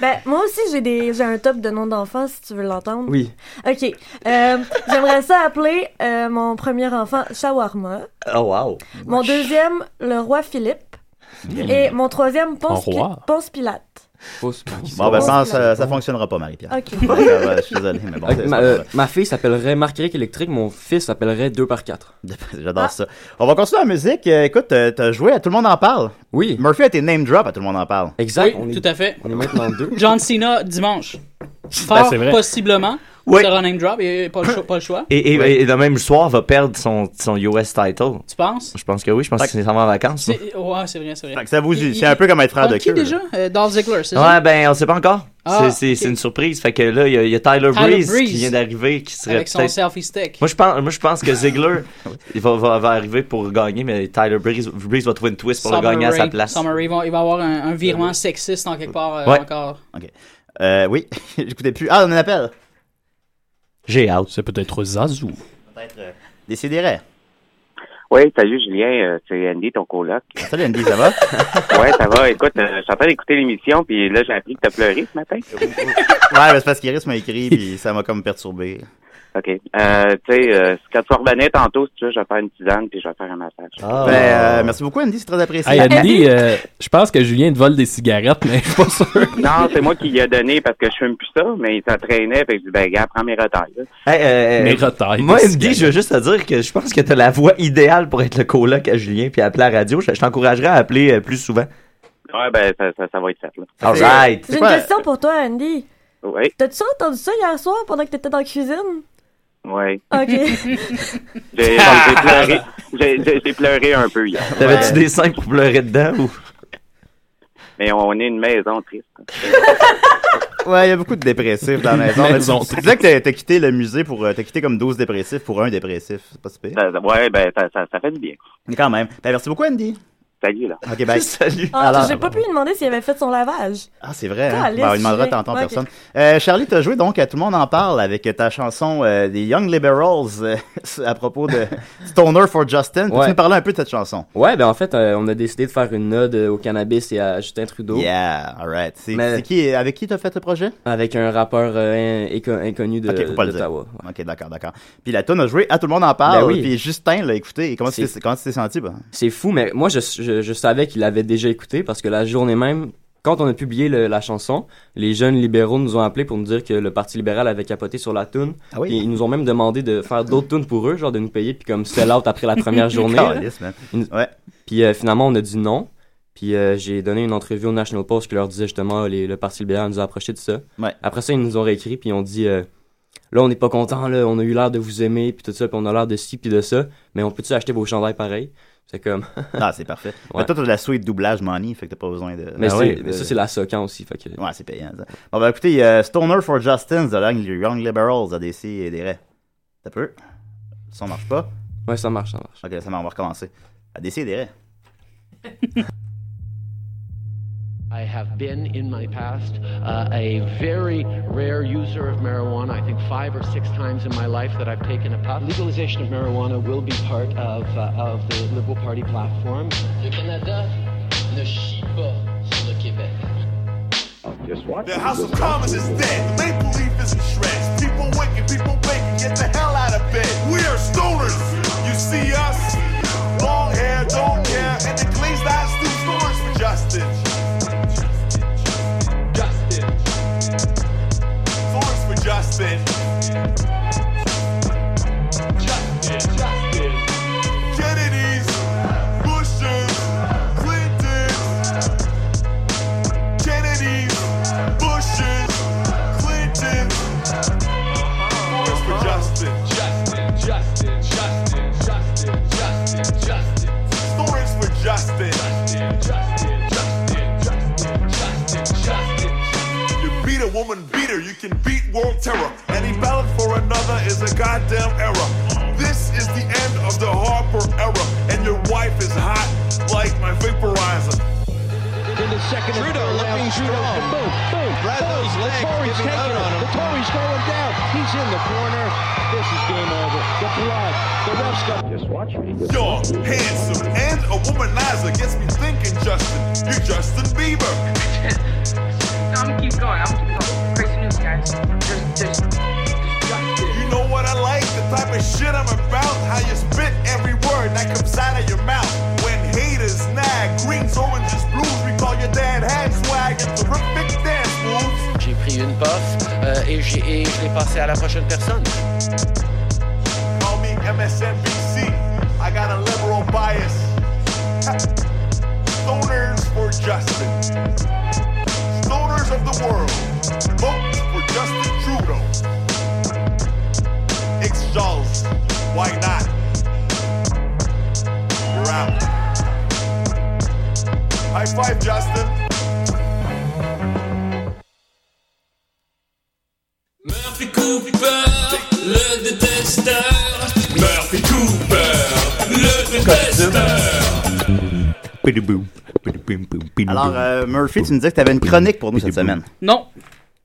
L: Ben, moi aussi, j'ai des, j'ai un top de noms d'enfants, si tu veux l'entendre.
H: Oui.
L: OK. Euh, j'aimerais ça appeler euh, mon premier enfant Shawarma,
I: Oh, wow.
L: mon deuxième, le roi Philippe, et mon troisième, Ponce,
H: Un roi.
L: Pi- Ponce Pilate.
H: Bon, ben, ça,
L: Bon.
H: ça, ça fonctionnera pas, Marie-Pierre.
L: Ok.
H: Ouais, ça va, je suis désolé, mais bon,
M: Ok,
H: c'est-
M: ma,
H: c'est
M: euh,
H: pas grave.
M: ma fille s'appellerait Marc-Éric Électrique, mon fils s'appellerait 2 par 4
H: J'adore ça. On va continuer la musique. Euh, Écoute, euh, t'as joué à Tout le monde en parle.
M: Oui.
H: Murphy a été name drop à Tout le monde en parle.
M: Exact.
K: Oui, tout à fait.
M: On est maintenant deux.
K: John Cena, dimanche. Fort,
I: Ben, c'est vrai.
K: possiblement.
I: Oui.
K: Sera name drop, et pas le choix. Pas le choix.
I: Et, et, et le même soir, va perdre son, son US title.
K: Tu penses?
I: Je pense que oui, je pense qu'il s'en va en vacances.
K: C'est- Ouais, c'est vrai, c'est vrai.
H: ça vous
K: Il-
H: c'est un peu comme être frère
K: Contre
I: de
K: qui
I: queue,
K: déjà? Euh, Dolph Ziggler, c'est ça?
I: Ouais, ben, on sait pas encore.
K: Ah,
I: C'est- c'est c'est une surprise. Fait que là, il y, a- il y a Tyler,
K: Tyler
I: Breeze,
K: Breeze.
I: qui vient d'arriver, qui serait
K: Avec son
I: peut-être-
K: selfie stick.
I: Moi je, pense, moi, je pense que Ziggler il va, va, va arriver pour gagner, mais Tyler Breeze, Breeze va trouver une twist pour le
K: Summer
I: gagner à sa
K: Rae-
I: place.
K: Summer Rae, il va, il va avoir un, un virement sexiste en quelque part euh,
I: Ouais.
K: encore.
H: Ok. Euh, oui, j'écoutais plus. Ah, on a un appel.
I: J'ai hâte.
J: C'est peut-être Zazou.
H: Peut-être euh, Décidérez.
P: Oui, salut Julien, euh, c'est Andy, ton coloc.
H: Salut Andy, ça va?
P: ouais, ça va. Écoute, euh, je suis en train d'écouter l'émission, puis là, j'ai appris que t'as pleuré ce matin.
H: Ouais, mais c'est parce qu'Iris m'a écrit, puis ça m'a comme perturbé.
P: OK. Euh, tu sais, euh, quand tu vas revenir tantôt, si tu veux, je vais faire une tisane, puis je vais faire un massage.
H: Ben, euh, merci beaucoup Andy, c'est très apprécié.
J: Hey Andy, euh, je pense que Julien te vole des cigarettes, mais je suis pas sûr.
P: Non, c'est moi qui lui ai donné parce que je fume plus ça, mais il s'entraînait, fait que je dis, ben, gars, prends mes retards. là.
I: Hey, euh,
J: Mes retailles,
I: moi,
J: des
I: Andy, je veux juste te dire que je pense que t'as la voix idéale pour être le coloc à Julien puis appeler à la radio. Je, je t'encouragerais à appeler euh, plus souvent.
P: Ouais, ben, ça, ça, ça va être fait, là.
I: All right.
L: J'ai une question pour toi, Andy.
P: Oui,
L: T'as-tu entendu ça hier soir pendant que t'étais dans la cuisine?
P: oui.
L: OK.
P: J'ai j'ai pleuré. j'ai- J'ai j'ai pleuré un peu hier.
I: T'avais-tu des seins pour pleurer dedans ou?
P: Mais on est une maison triste.
H: Ouais, il y a beaucoup de dépressifs dans la maison. Mais
P: Maison
H: tu, tu disais que t'as t'as quitté le musée pour. euh, T'as quitté comme 12 dépressifs pour un dépressif. C'est pas si pire.
P: Ça- ça- ouais, ben, ça, ça, ça fait du bien.
H: Mais quand même. Ben, merci beaucoup, Andy.
P: Salut, là.
H: Ok, bye.
P: Salut.
L: Ah,
H: Alors-
L: J'ai pas pu lui demander s'il avait fait son lavage.
H: Ah, c'est vrai. Hein?
L: Caliste,
H: Ben, on lui demandera
L: j'ai-
H: tantôt en
L: Ouais, ok.
H: personne. Euh, Charlie, t'as joué donc à Tout le monde en parle avec ta chanson euh, des Young Liberals euh, à propos de Stoner for Justin. Peux-tu
M: Ouais.
H: nous parler un peu de cette chanson?
M: Ouais, ben en fait, euh, on a décidé de faire une ode euh, au cannabis et à Justin Trudeau.
H: Yeah, alright. C'est
M: Mais-
H: c'est qui, euh, avec qui t'as fait le projet?
M: Avec un rappeur euh, in- éco- inconnu de
H: Ok, faut pas le dire.
M: d'Ottawa.
H: Ok, d'accord, d'accord. Puis la tune a joué à Tout le monde en parle.
M: Ben oui.
H: Puis Justin l'a écouté. Comment tu
M: C'est-
H: t'es- comment tu t'es senti? Ben?
M: C'est fou, mais moi, je, je, je savais qu'il avait déjà écouté parce que la journée même, quand on a publié le- la chanson, les jeunes libéraux nous ont appelés pour nous dire que le Parti libéral avait capoté sur la toune.
H: Ah oui?
M: Et ils nous ont même demandé de faire d'autres tunes pour eux, genre de nous payer, puis comme sell out après la première journée.
H: Caliste, man.
M: Ils nous- Puis euh, finalement, on a dit non. Puis euh, j'ai donné une entrevue au National Post qui leur disait justement ah, les- le Parti libéral nous a approché de ça.
H: Ouais.
M: Après ça, ils nous ont réécrit puis ils ont dit euh, là on n'est pas content là, on a eu l'air de vous aimer puis tout ça puis on a l'air de ci puis de ça, mais on peut-tu acheter vos chandails pareil C'est comme
H: Ah, c'est parfait.
M: Ouais.
H: Mais toi, t'as de la suite doublage money, fait que t'as pas besoin de.
M: Mais,
H: Ah
M: c'est-
H: ouais,
M: mais
H: de-
M: ça c'est la socan aussi, fait que
H: Ouais, c'est payant. ça. Bon, ben écoutez, euh, Stoner for Justin, The Young, Young Liberals, ADC et des Ray. T'as peu? Le son marche pas?
M: Ouais, ça marche, ça marche.
H: Ok, ça marche, on va recommencer. ADC et des Ray.
Q: I have been in my past uh, a very rare user of marijuana. I think five or six times in my life that I've taken a puff. Legalization of marijuana will be part of uh, of the Liberal Party platform.
G: Le Canada ne chie pas sur le Québec.
R: The House of Commons is dead. The maple leaf is in shreds. People waking, people baking. Get the hell out of bed. We are stoners. You see us? Long hair, don't care. And the glazed eyes still stoners for Justin. Justin. Stoners for Justin. Justin. Justin. Kennedys. Bushes. Clintons. Kennedy, Bushes, Clinton. Where's for Justin? Justin, Justin, Justin, Justin, Justin, Justin. Stories for Justin. Justin, Justin, Justin, Justin, Justin, Justin. You beat a woman beater, you can beat world terror. Any ballot for another is a goddamn error. This is the end of the Harper era, and your wife is hot like my vaporizer. In the second Trudeau looking Trudeau. Boom, boom. Bradlow's legs giving out on him. The Tories going down. He's in the corner. This is game over. The blood. The ref's got. Just watch me. Young, handsome, and a womanizer gets me thinking, Justin. You're Justin Bieber. I'm keep going. I'm keep going. Crazy news, guys. There's, you know what I like? The type of shit I'm about. How you spit every word that comes out of your mouth. When haters nag, greens, oranges, blues, we call your dad hat swag and terrific dance moves.
Q: J'ai pris une puff euh, et j'ai et je l'ai passé à la prochaine personne.
R: Call me MSNBC. I got a liberal bias. Stoners for Justin. Stoners of the world. Vote for Justin Trudeau. Exhaust. Why not? You're out. High five, Justin.
N: Murphy Cooper, le détesteur. Murphy Cooper, le détesteur.
H: Alors, euh, Murphy, tu nous disais que t'avais une chronique pour nous cette semaine.
K: Non.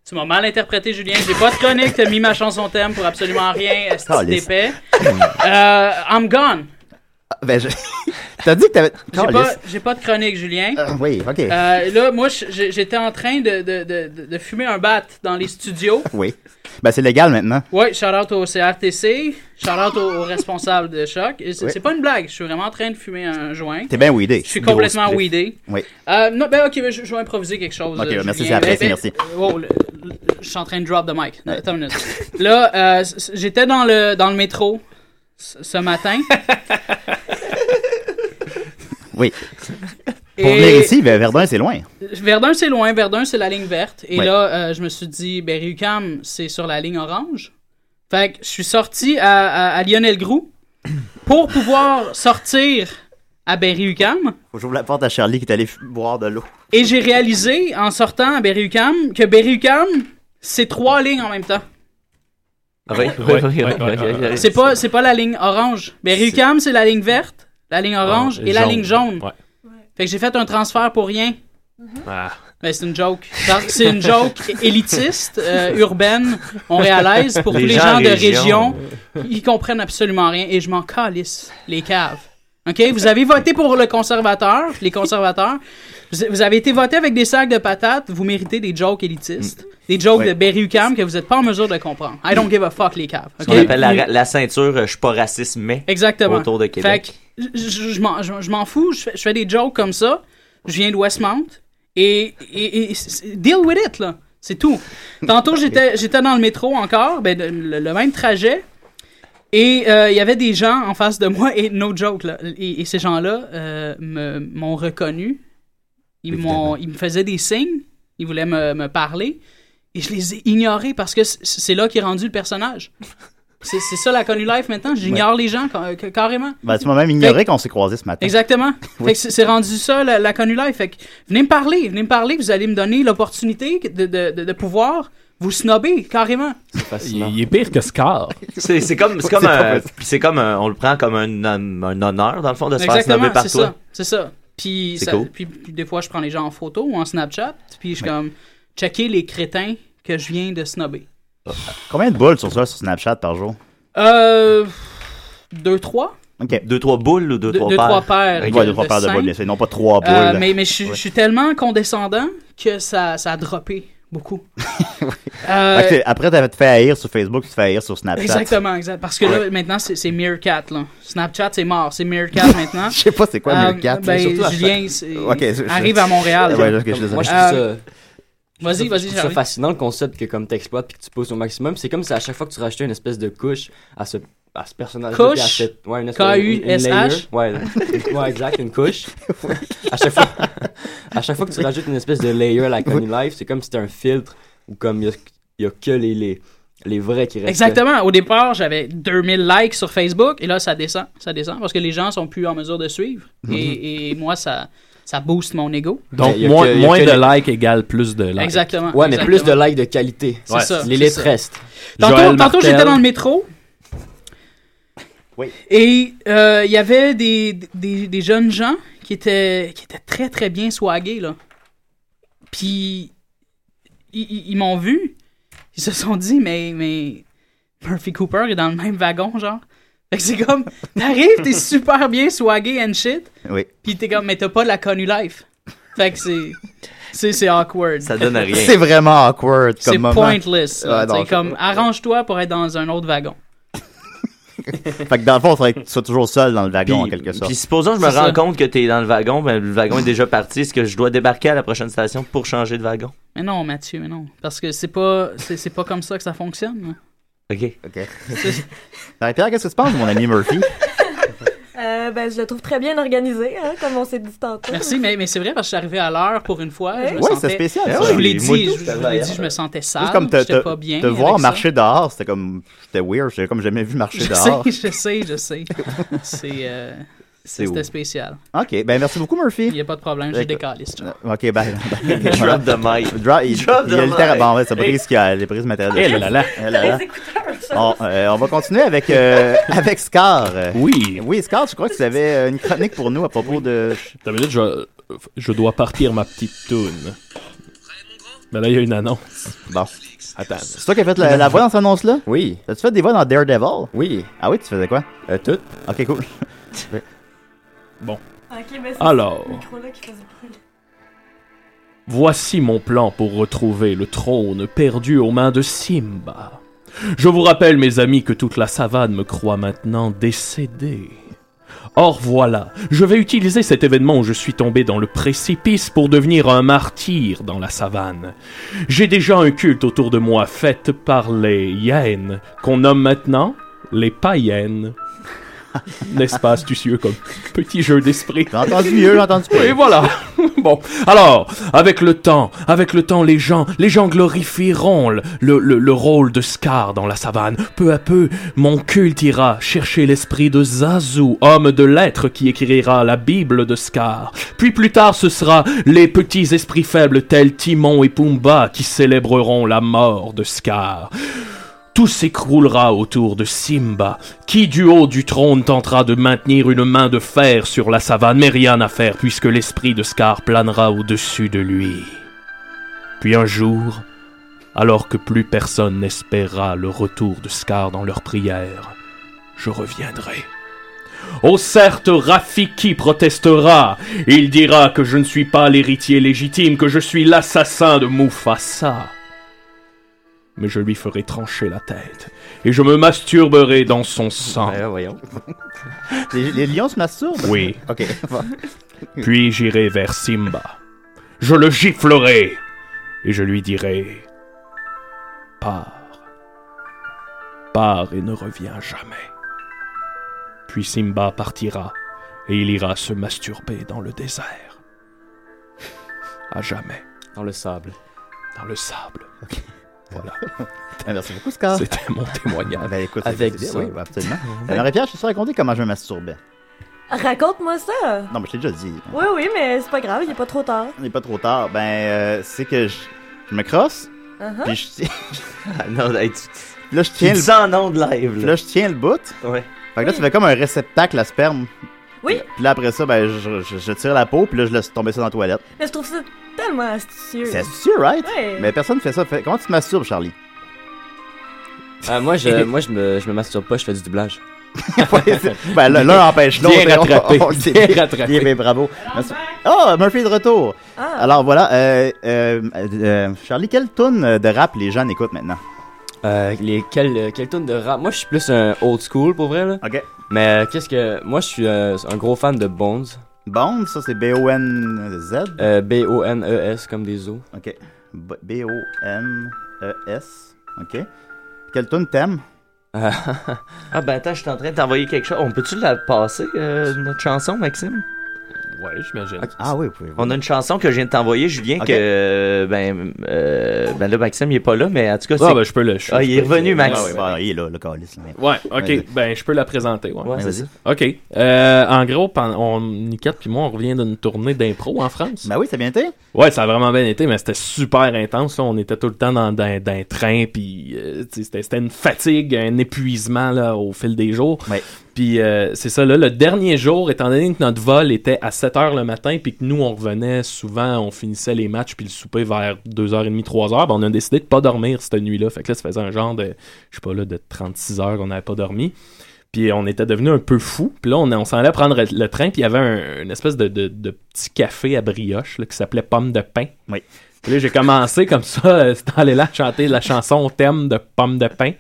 K: Tu m'as mal interprété, Julien. J'ai pas de chronique. T'as mis ma chanson thème pour absolument rien. Est-ce
H: Caliste.
K: d'épais? Euh, I'm gone.
H: Ben, je. T'as dit que t'avais.
K: J'ai pas,
H: Caliste.
K: j'ai pas de chronique, Julien.
H: Ah, Oui, ok.
K: Euh, là, moi, je- je- j'étais en train de, de, de, de- de fumer un bat dans les studios.
H: Oui. Ben, c'est légal maintenant.
K: Ouais, shout out au CRTC, shout out au, au responsable de choc. Et C'est
H: Oui.
K: c'est pas une blague, je suis vraiment en train de fumer un joint.
H: T'es bien weedé.
K: Je suis complètement
H: Gros split.
K: weedé.
H: Oui.
K: Euh, non, ben ok, ben, je, je vais improviser quelque chose.
H: Ok,
K: euh,
H: merci,
K: Julien.
H: c'est apprécié,
K: Ben, ben,
H: merci.
K: euh, wow, le- le- je suis en train de drop the mic. Attends une minute. Là, euh, c- c- j'étais dans le, dans le métro ce ce matin.
H: Oui.
K: Et-
H: Pour venir ici, ben, Verdun, c'est loin.
K: Verdun, c'est loin. Verdun, c'est la ligne verte. Et
H: Ouais.
K: là, euh, je me suis dit, ben, Ryukam, c'est sur la ligne orange. Fait que je suis sorti à, à- à Lionel Groux pour pouvoir sortir à ben, Berry-UQAM.
H: Faut que j'ouvre la porte à Charlie qui est allé f- boire de l'eau.
K: Et j'ai réalisé, en sortant à Berry-UQAM, que Berry-UQAM, c'est trois lignes en même temps.
I: Oui, oui,
K: Ouais,
I: oui.
K: ouais,
I: oui,
K: ouais,
I: oui, oui.
K: C'est pas, c'est pas la ligne orange. Berry-UQAM, c'est la ligne verte, la ligne orange
I: Ah,
K: et la
I: jaune.
K: ligne jaune. Fait que j'ai fait un transfert pour rien.
H: Ah.
K: Mais Ben, c'est une joke. Parce que C'est une joke élitiste, euh, urbaine, montréalaise, pour
I: Les
K: tous les
I: gens
K: gens de
I: région.
K: région. Ils comprennent absolument rien et je m'en calisse, les caves. OK? Vous avez voté pour le conservateur, les conservateurs. Vous, vous avez été voté avec des sacs de patates. Vous méritez des jokes élitistes. Des jokes
I: Ouais.
K: de Berry-UQAM que vous n'êtes pas en mesure de comprendre. I don't give a fuck, les caves.
I: Ce
K: OK?
I: qu'on appelle la, ra- la ceinture euh, Je suis pas raciste, mais.
K: Exactement.
I: Autour de Québec.
K: Fait que je- je je m'en- je- je m'en fous, je fais, je fais des jokes comme ça. Je viens de Westmount et, et- et c'est- deal with it là, c'est tout. Tantôt j'étais j'étais dans le métro encore, ben, le, le même trajet et euh, il y avait des gens en face de moi et no joke là, et, et ces gens-là euh, me- m'ont reconnu. Ils m'ont ils me faisaient des signes, ils voulaient me, me parler et je les ai ignorés parce que c- c'est là qu'est rendu le personnage. C'est c'est ça la connu life maintenant, j'ignore les gens ca- ca- carrément.
H: Ben, tu m'as même ignoré qu'on s'est croisés ce matin.
K: Exactement.
H: Oui.
K: Fait que c'est- c'est rendu ça, la, la connue live. Fait que venez me parler, venez me parler, vous allez me donner l'opportunité de, de, de, de pouvoir vous snobber, carrément.
I: Il, est pire que Scar. C'est c'est comme, c'est comme,
K: C'est pas
I: un-
K: possible.
I: puis c'est comme un- on le prend comme un, hon- un honneur, dans le fond, de se faire
K: Exactement,
I: snobber par
K: c'est
I: toi.
K: ça. C'est ça. Puis,
I: C'est
K: ça-
I: cool.
K: puis, puis des fois, je prends les gens en photo ou en Snapchat, puis je suis comme, checker les crétins que je viens de snobber.
H: Combien de boules sur ça sur Snapchat par jour?
K: Euh. Deux, trois.
H: Ok.
I: Deux, trois boules ou deux,
K: Deux- trois deux, paires? trois paires,
H: Ouais,
K: euh,
H: deux, trois
K: de
H: paires de
K: cinq.
H: boules, bien sûr. Non pas trois boules.
K: Euh, mais mais je, suis-
H: Ouais.
K: je suis tellement condescendant que ça, ça a droppé beaucoup. Euh,
H: Fait que t'es- après, t'as te fait haïr sur Facebook, tu te fais haïr sur Snapchat.
K: Exactement, exact. Parce que là,
H: Ouais.
K: maintenant, c'est c'est Meerkat, là. Snapchat, c'est mort. C'est Meerkat maintenant.
H: Je sais pas c'est quoi
K: Euh,
H: Meerkat.
K: ben,
H: Surtout à
K: Julien
H: chaque-
K: c'est-
H: Ok, je-
K: arrive à Montréal.
H: Ouais, ok, je suis
M: Moi, je trouve
K: Euh,
M: ça-
K: Vas-y,
M: Je
K: vas-y,
M: trouve ça
K: Charlie.
M: fascinant le concept que comme t'exploites puis que tu pousses au maximum, c'est comme si à chaque fois que tu rajoutais une espèce de couche à ce à ce personnage
K: Couche?
M: à cette- ouais, une espèce-
K: K-U-S-H?
M: une layer. ouais, ouais, exact, une couche. à chaque fois à chaque fois que tu rajoutes une espèce de layer à la Connie Life, c'est comme si c'était un filtre ou comme il y a, il y a que les, les les vrais qui restent.
K: Exactement. Au départ, j'avais 2000 likes sur Facebook et là, ça descend. Ça descend parce que les gens sont plus en mesure de suivre.
J: Mhm.
K: Et, et moi, ça, ça booste mon ego.
J: Donc,
M: Il y a
J: moins,
M: que- il y a
J: moins
M: que
J: de
M: les-
J: likes égale plus de likes.
K: Exactement.
M: Ouais, mais plus de
K: exactement.
M: likes de qualité.
K: C'est ça,
M: Les
K: c'est
M: lettres
K: ça.
M: restent.
K: Tantôt,
J: Joël
K: tantôt,
J: Martel.
K: j'étais dans le métro. Et euh, il y avait des, des, des jeunes gens qui étaient, qui étaient très, très bien swagués, là. Puis, ils, ils- ils m'ont vu. Ils se sont dit, mais, mais Murphy Cooper est dans le même wagon, genre. Fait que c'est comme, t'arrives, t'es super bien swagué and shit.
H: Oui.
K: Puis t'es comme, mais t'as pas la connu life. Fait que c'est, c'est, c'est awkward.
I: Ça donne à rien.
H: C'est vraiment awkward comme
K: C'est
H: moment.
K: pointless. là.
H: Ouais, non,
K: T'sais, comme, arrange-toi pour être dans un autre wagon.
H: Fait que dans le fond, il faudrait que tu sois toujours seul dans le wagon, en quelque sorte.
I: Puis supposons que je me
K: C'est
I: rends
K: ça.
I: compte que t'es dans le wagon, ben, le wagon est déjà parti, est-ce que je dois débarquer à la prochaine station pour changer de wagon?
K: Mais non, Mathieu, mais non. Parce que c'est pas, c'est, c'est pas comme ça que ça fonctionne. hein. là.
I: OK.
H: OK. Marie-Pierre, qu'est-ce que tu penses de mon ami Murphy?
L: Euh, ben, je le trouve très bien organisé, hein, comme on s'est dit tantôt.
K: Merci, mais, mais c'est vrai parce que je suis arrivé à l'heure pour une fois. Je me
H: Ouais,
K: sentais-
H: c'est spécial, ça.
K: Je vous l'ai
H: Oui,
K: dit,
H: moi,
K: je,
H: tout,
K: je
H: ça
K: vous
H: va,
K: l'ai
H: hein.
K: dit, je me sentais sale.
H: Juste comme te,
K: j'étais
H: te-
K: pas bien.
H: te
K: avec
H: voir
K: ça.
H: marcher dehors, c'était comme. C'était weird, j'avais comme jamais vu marcher
K: Je
H: dehors.
K: sais, je sais, je sais. C'est, euh,
H: C'est
K: c'était
H: où?
K: spécial.
H: Ok, ben merci beaucoup, Murphy. Il
K: n'y a pas de problème, j'ai des calices.
H: Ok, ben.
I: Drop the mic.
H: Drop, il,
I: Drop
H: il
I: the
H: a littéralement. Bon,
I: mic.
H: ben, ça brise,
I: Hey.
H: qu'il y a, les brises matérielles.
I: Eh là là.
H: Eh là là. On, euh, on va continuer avec, euh, avec Scar.
J: Oui.
H: Oui, Scar, je crois que tu avais euh, une chronique pour nous à propos de.
J: T'as minute, je, je dois partir ma petite toune. Mais là, il y a une annonce.
H: Bon.
J: Attends.
H: C'est toi qui as fait la, la voix dans cette annonce-là?
M: Oui.
H: As-tu fait des voix dans Daredevil?
M: Oui.
H: Ah oui, tu faisais quoi?
M: tout.
H: Ok, cool.
J: Bon.
L: Ok, ben, c'est
J: Alors.
L: ce micro-là qui faisait brûler.
J: Voici mon plan pour retrouver le trône perdu aux mains de Simba. Je vous rappelle, mes amis, que toute la savane me croit maintenant décédé. Or voilà, je vais utiliser cet événement où je suis tombé dans le précipice pour devenir un martyr dans la savane. J'ai déjà un culte autour de moi fait par les hyènes, qu'on nomme maintenant les païennes. N'est-ce pas astucieux comme petit jeu d'esprit
H: J'ai entendu mieux, j'ai entendu
J: Et voilà bon, alors, avec le temps, avec le temps, les gens, les gens glorifieront le, le, le- le rôle de Scar dans la savane. Peu à peu, mon culte ira chercher l'esprit de Zazu, homme de lettres qui écrira la Bible de Scar. Puis plus tard, ce sera les petits esprits faibles tels Timon et Pumba qui célébreront la mort de Scar. Tout s'écroulera autour de Simba, qui du haut du trône tentera de maintenir une main de fer sur la savane, mais rien à faire puisque l'esprit de Scar planera au-dessus de lui. Puis un jour, alors que plus personne n'espéra le retour de Scar dans leurs prières, je reviendrai. Oh certes, Rafiki protestera. Il dira que je ne suis pas l'héritier légitime, que je suis l'assassin de Mufasa mais je lui ferai trancher la tête et je me masturberai dans son sang.
H: Ben, les, les lions se masturbent?
J: Oui.
H: Ok.
J: Puis j'irai vers Simba. Je le giflerai et je lui dirai Pars. Pars et ne reviens jamais. Puis Simba partira et il ira se masturber dans le désert. À jamais.
M: Dans le sable.
J: Dans le sable. Voilà.
H: Merci beaucoup, Scar.
J: C'était mon témoignage.
H: Ben, écoute,
J: Avec
H: Avec ça.
J: ça.
H: Oui, absolument. Euh, Marie-Pierre, je suis raconter comment je me masturbais.
L: Raconte-moi ça.
H: Non, mais je t'ai déjà dit.
L: Oui, oui, mais c'est pas grave, il est pas trop tard.
H: Il n'est pas trop tard. Ben, euh, c'est que je, je me crosse.
L: Uh-huh.
H: Puis je non, là, je
I: tu
H: tiens
I: dis ça en ondes live, là.
H: Là, je tiens le bout. Ouais. Fait que là,
L: Oui.
H: ça fait comme un réceptacle à sperme.
L: Oui.
H: Puis là, après ça, ben, je, je- je tire la peau, puis là, je laisse tomber ça dans la toilette.
L: Mais je trouve ça tellement astucieux.
H: C'est astucieux, right?
L: Ouais.
H: Mais personne fait ça. Fait- Comment tu te masturbes, Charlie?
M: Ah, moi, je, moi je, me, je me masturbe pas, je fais du doublage.
H: Ben, l'un- l'un empêche l'autre.
M: Bien
H: On-
M: rattrapé,
H: on- c'est
M: bien rattrapé.
H: Bien, bien, bravo. Merci. Oh, Murphy est de retour. Alors, voilà. euh, euh, euh, Charlie, quelle tune de rap les jeunes écoutent maintenant?
M: Euh, les, quel, euh, quel tune de rap Moi, je suis plus un old school pour vrai, là.
H: Ok.
M: Mais euh, qu'est-ce que. Moi, je suis euh, un gros fan de Bones. euh,
H: Bones, ça, c'est B-O-N-Z?
M: B-O-N-E-S, comme des os.
H: OK. B- B-O-N-E-S. OK. Quelle tune t'aimes?
I: Ah, ben attends, je suis en train de t'envoyer quelque chose. On peut-tu la passer, euh, notre chanson, Maxime?
J: Ouais, j'imagine.
H: Ah oui, vous pouvez.
I: On a une chanson que je viens de t'envoyer, Julien,
J: Ok.
I: que. euh, Ben, euh, ben là, Maxime, il est pas là, mais en tout cas.
J: Ah,
I: c'est-
J: ben, je peux le- je-
I: Ah,
J: je
I: il est
J: peux-
I: revenu, Max.
J: Ah, ouais,
H: bah, il est là, le calice. là.
J: Ouais, ok.
H: Ouais.
J: Ben, je peux la présenter. Ouais,
H: Ouais, c'est Vas-y. ça.
J: Ok. Euh, en gros, pen- on, Nicotte puis moi, on revient d'une tournée d'impro en France.
H: Ben oui, ça a bien été.
J: Ouais, ça a vraiment bien été, mais c'était super intense. là. On était tout le temps dans, dans, dans un train, puis euh, tu sais, c'était, c'était une fatigue, un épuisement là, au fil des jours. Puis euh, c'est ça, là, le dernier jour, étant donné que notre vol était à 7 h le matin, puis que nous, on revenait souvent, on finissait les matchs, puis le souper vers 2h30, 3h, ben, on a décidé de pas dormir cette nuit-là. Fait que là, ça faisait un genre de, je sais pas, là, de 36 heures qu'on n'avait pas dormi. Puis on était devenu un peu fou. Puis là, on, on s'en allait prendre le train. Puis il y avait un, une espèce de, de- de petit café à brioche là, qui s'appelait Pomme de pain.
H: Oui.
J: Puis là, j'ai commencé comme ça, euh, c'est allé là chanter la chanson thème de Pomme de pain.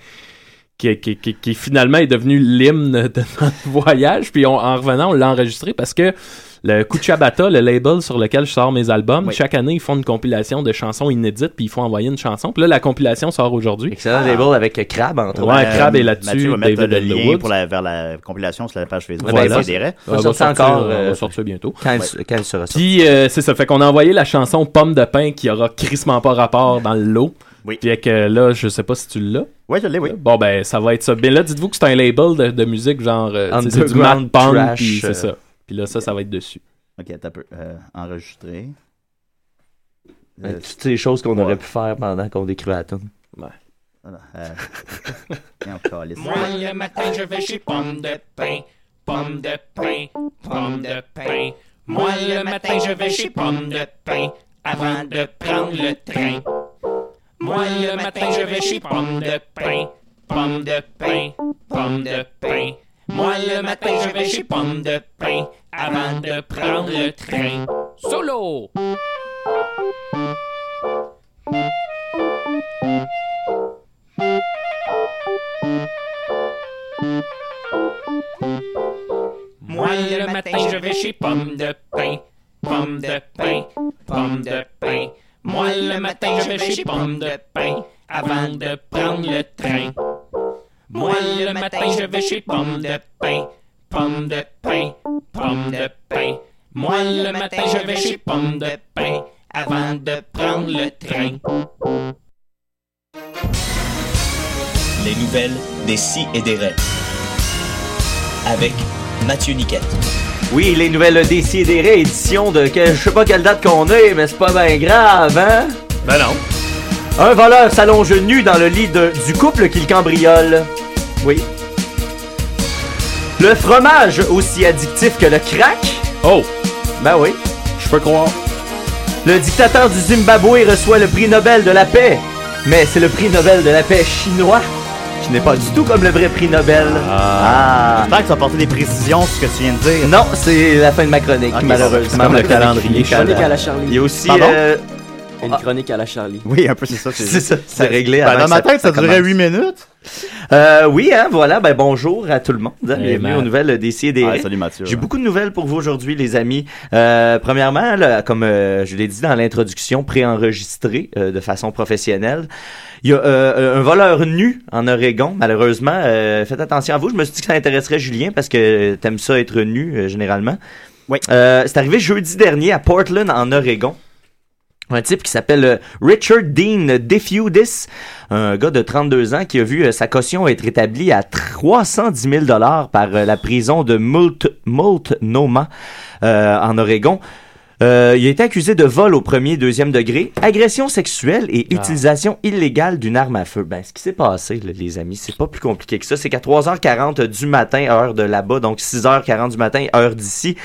J: Qui, qui, qui- qui finalement est devenu l'hymne de notre voyage. Puis on- en revenant, on l'a enregistré parce que le Kuchabata, le label sur lequel je sors mes albums,
I: Oui.
J: chaque année, ils font une compilation de chansons inédites, puis ils font envoyer une chanson. Puis là, la compilation sort aujourd'hui.
I: Excellent label avec euh, Crab, entre
J: Ouais,
I: autres.
J: Crab est là-dessus.
H: euh, Mathieu va mettre
J: David
H: le
J: Underwood.
H: lien pour la, vers la compilation sur la page Facebook.
J: Voilà.
H: Ben, c'est des raies.
J: On va sortir encore, euh, on va sortir bientôt.
I: Quand,
J: Ouais.
I: elle, quand elle sera sortie.
J: Puis euh, c'est ça, fait qu'on a envoyé la chanson Pomme de pain qui aura crissement pas rapport dans le lot. Puis que là, je sais pas si tu l'as.
H: Oui, je l'ai, oui.
J: Bon, ben, ça va être ça. Mais là, dites-vous que c'est un label de, de musique genre. euh, tu sais, c'est du
I: Underground
J: mat punk,
I: trash,
J: puis
I: euh,
J: c'est ça. Puis là, ça, ça va être dessus.
H: Ok, t'as peu. Euh, enregistré.
I: Ben, Toutes les choses qu'on aurait pu faire pendant qu'on décrivait la tune.
H: Voilà, euh, viens, on calisse.
N: Moi, le matin, je vais chez Pomme de pain, Pomme de pain, Pomme de pain. Moi, le matin, je vais chez Pomme de pain, avant de prendre le train. Moi, le matin, je vais chez Pomme de pain, Pomme de pain, Pomme de pain. Moi, le matin, je vais chez Pomme de pain, avant de prendre le train. Solo! Moi, le matin, je vais chez Pomme de pain, Pomme de pain, Pomme de pain. Moi, le matin, je vais chez Pomme de pain, avant de prendre le train. Moi, le matin, je vais chez Pomme de pain, Pomme de pain, Pomme de pain. Moi, le matin, je vais chez Pomme de Pain avant de prendre le train.
S: Les nouvelles des si et des raies. Avec Mathieu Niquette.
I: Oui, les nouvelles décidérées, édition de que, je sais pas quelle date qu'on est, mais c'est pas bien grave, hein?
J: Ben non.
I: Un voleur s'allonge nu dans le lit de- du couple qu'il cambriole. Oui. Le fromage aussi addictif que le crack.
J: Oh!
I: Ben oui.
J: Je peux croire.
I: Le dictateur du Zimbabwe reçoit le prix Nobel de la paix. Mais c'est le prix Nobel de la paix chinois, qui n'est pas du tout comme le vrai prix Nobel.
H: Ah. J'espère que tu vas porter des précisions sur ce que tu viens de dire.
I: Non, c'est la fin de ma chronique,
H: Ok,
I: malheureusement.
H: c'est comme le calendrier.
I: Une chronique à la Charlie. Il y a aussi. euh,
M: Une chronique à la Charlie.
H: Ah. Oui, un peu, c'est ça.
I: C'est ça, c'est réglé
H: Ben,
I: avant
H: dans ma
I: que ça-
H: tête, ça,
I: ça
H: durait
I: commence.
H: 8 minutes.
I: Euh, oui, hein, voilà, ben bonjour à tout le monde. hein.
H: Hey,
I: Bienvenue
H: Matt.
I: aux nouvelles d'ici et des.
H: Ouais, salut, Mathieu.
I: J'ai beaucoup de nouvelles pour vous aujourd'hui, les amis. Euh, premièrement, là, comme euh, je l'ai dit dans l'introduction, préenregistrée euh, de façon professionnelle. Il y a euh, un voleur nu en Oregon, malheureusement. Euh, faites attention à vous. Je me suis dit que ça intéresserait Julien parce que t'aimes ça être nu euh, généralement. Euh,
H: Oui.
I: c'est arrivé jeudi dernier à Portland en Oregon un type qui s'appelle euh, Richard Dean Defiudis, un gars de 32 ans qui a vu euh, sa caution être établie à 310 000 dollars par euh, la prison de Multnomah Multnomah euh, en Oregon. Euh, il a été accusé de vol au premier et deuxième degré, agression sexuelle et
M: Ah.
I: utilisation illégale d'une arme à feu. Ben, ce qui s'est passé, là, les amis, c'est pas plus compliqué que ça. C'est qu'à 3h40 du matin, heure de là-bas, donc 6h40 du matin, heure d'ici,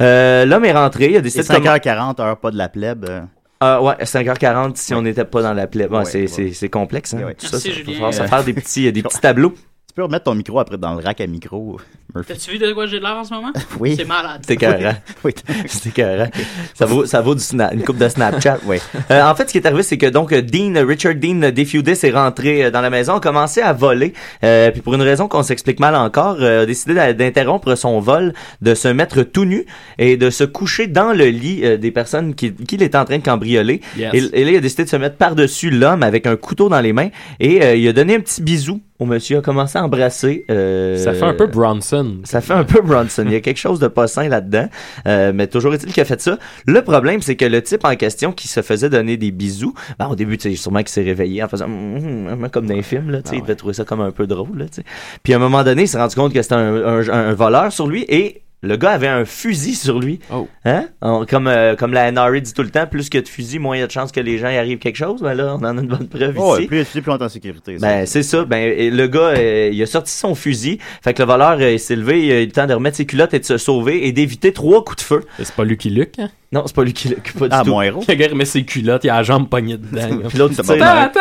I: euh, l'homme est rentré, il a
H: C'est
I: décidé de commen-
H: 5h40, heure pas de la plèbe. euh.
I: euh, ouais, 5h40 si on n'était pas dans la plaie. Bon,
H: Ouais,
I: c'est,
H: ouais.
I: c'est, c'est complexe. Hein?
H: Ouais, ouais.
I: Tout
H: Merci,
I: ça, ça, faut
H: Julien.
I: falloir se faire des petits, euh, des petits tableaux.
H: Tu peux remettre ton micro après dans le rack à micro, Murphy.
K: T'as-tu vu de quoi j'ai l'air en ce moment?
H: Oui.
K: C'est malade.
I: C'est carré.
H: Oui.
I: c'est carré. Ça vaut, ça vaut du sna- une coupe de Snapchat, oui. Euh, en fait, ce qui est arrivé, c'est que donc euh, Dean, euh, Richard Dean Defudis est rentré euh, dans la maison, a commencé à voler, euh, puis pour une raison qu'on s'explique mal encore, euh, a décidé d'a- d'interrompre son vol, de se mettre tout nu et de se coucher dans le lit euh, des personnes qui- qu'il est en train de cambrioler.
M: Yes.
I: Et, et là, il a décidé de se mettre par-dessus l'homme avec un couteau dans les mains et euh, il a donné un petit bisou au monsieur, il a commencé à embrasser. euh,
J: Ça fait un peu Bronson.
I: ça fait un peu Bronson. Il y a quelque chose de pas sain là-dedans. Euh, mais toujours est-il qu'il a fait ça. Le problème, c'est que le type en question qui se faisait donner des bisous, ben, au début, tu sais, sûrement qu'il s'est réveillé en faisant Hum, hum, hum comme dans les films, là, tu
J: Ah
I: sais, il devait trouver ça comme un peu drôle, là, tu sais. Puis à un moment donné, il s'est rendu compte que c'était un, un- un voleur sur lui et le gars avait un fusil sur lui.
J: Oh.
I: Hein? On- comme, euh, comme la NRA dit tout le temps, plus que de fusil, moins il y a de chances que les gens y arrivent quelque chose. Ben là, on en a une bonne preuve
H: Oh,
I: ici.
H: et plus, plus, plus on est en sécurité. ça.
I: Ben, c'est ça. Ben, et le gars, euh, il a sorti son fusil. Fait que le voleur euh, il s'est levé. Il a eu le temps de remettre ses culottes et de se sauver et d'éviter trois coups de feu.
J: C'est pas Lucky Luke, hein?
I: Non, c'est pas Lucky Luke. Pas du
J: Ah,
I: tout.
J: mon héros. Le gars remet ses culottes, il a la jambe pognée dedans.
I: Puis l'autre, il tire.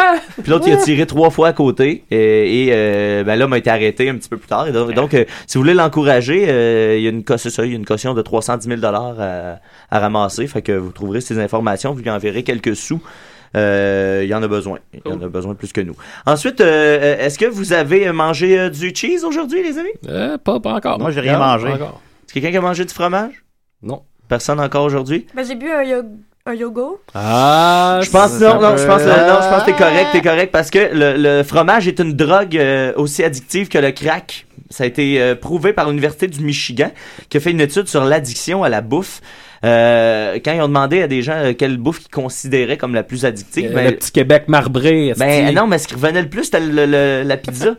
I: Puis l'autre, il a tiré trois fois à côté. euh, Et, euh, ben, l'homme a été arrêté un petit peu plus tard. Et donc, donc, euh, si vous voulez l'encourager, euh, il, y a une, co- c'est ça, il y a une caution de 310 000 à, à ramasser. Fait que vous trouverez ces informations. Vous lui enverrez quelques sous. Euh, il y en a besoin. Il y en a besoin plus que nous. Ensuite, euh, euh, est-ce que vous avez mangé euh, du cheese aujourd'hui, les amis?
J: Euh, pas, encore.
I: Moi, j'ai rien mangé. Est-ce que quelqu'un qui a mangé du fromage? Non. Personne encore aujourd'hui?
L: Ben, j'ai bu un, yo- un yogourt.
I: Ah, je pense
L: ça
I: non, non,
L: peut-
I: je pense euh, non, je pense que t'es correct, t'es correct parce que le, le fromage est une drogue euh, aussi addictive que le crack. Ça a été euh, prouvé par l'université du Michigan qui a fait une étude sur l'addiction à la bouffe. Euh, quand ils ont demandé à des gens euh, quelle bouffe ils considéraient comme la plus addictive,
J: Euh,
I: ben,
J: Le petit Québec marbré. est-ce
I: ben
J: que-
I: non, mais ce qui revenait le plus, c'était le- le- la pizza.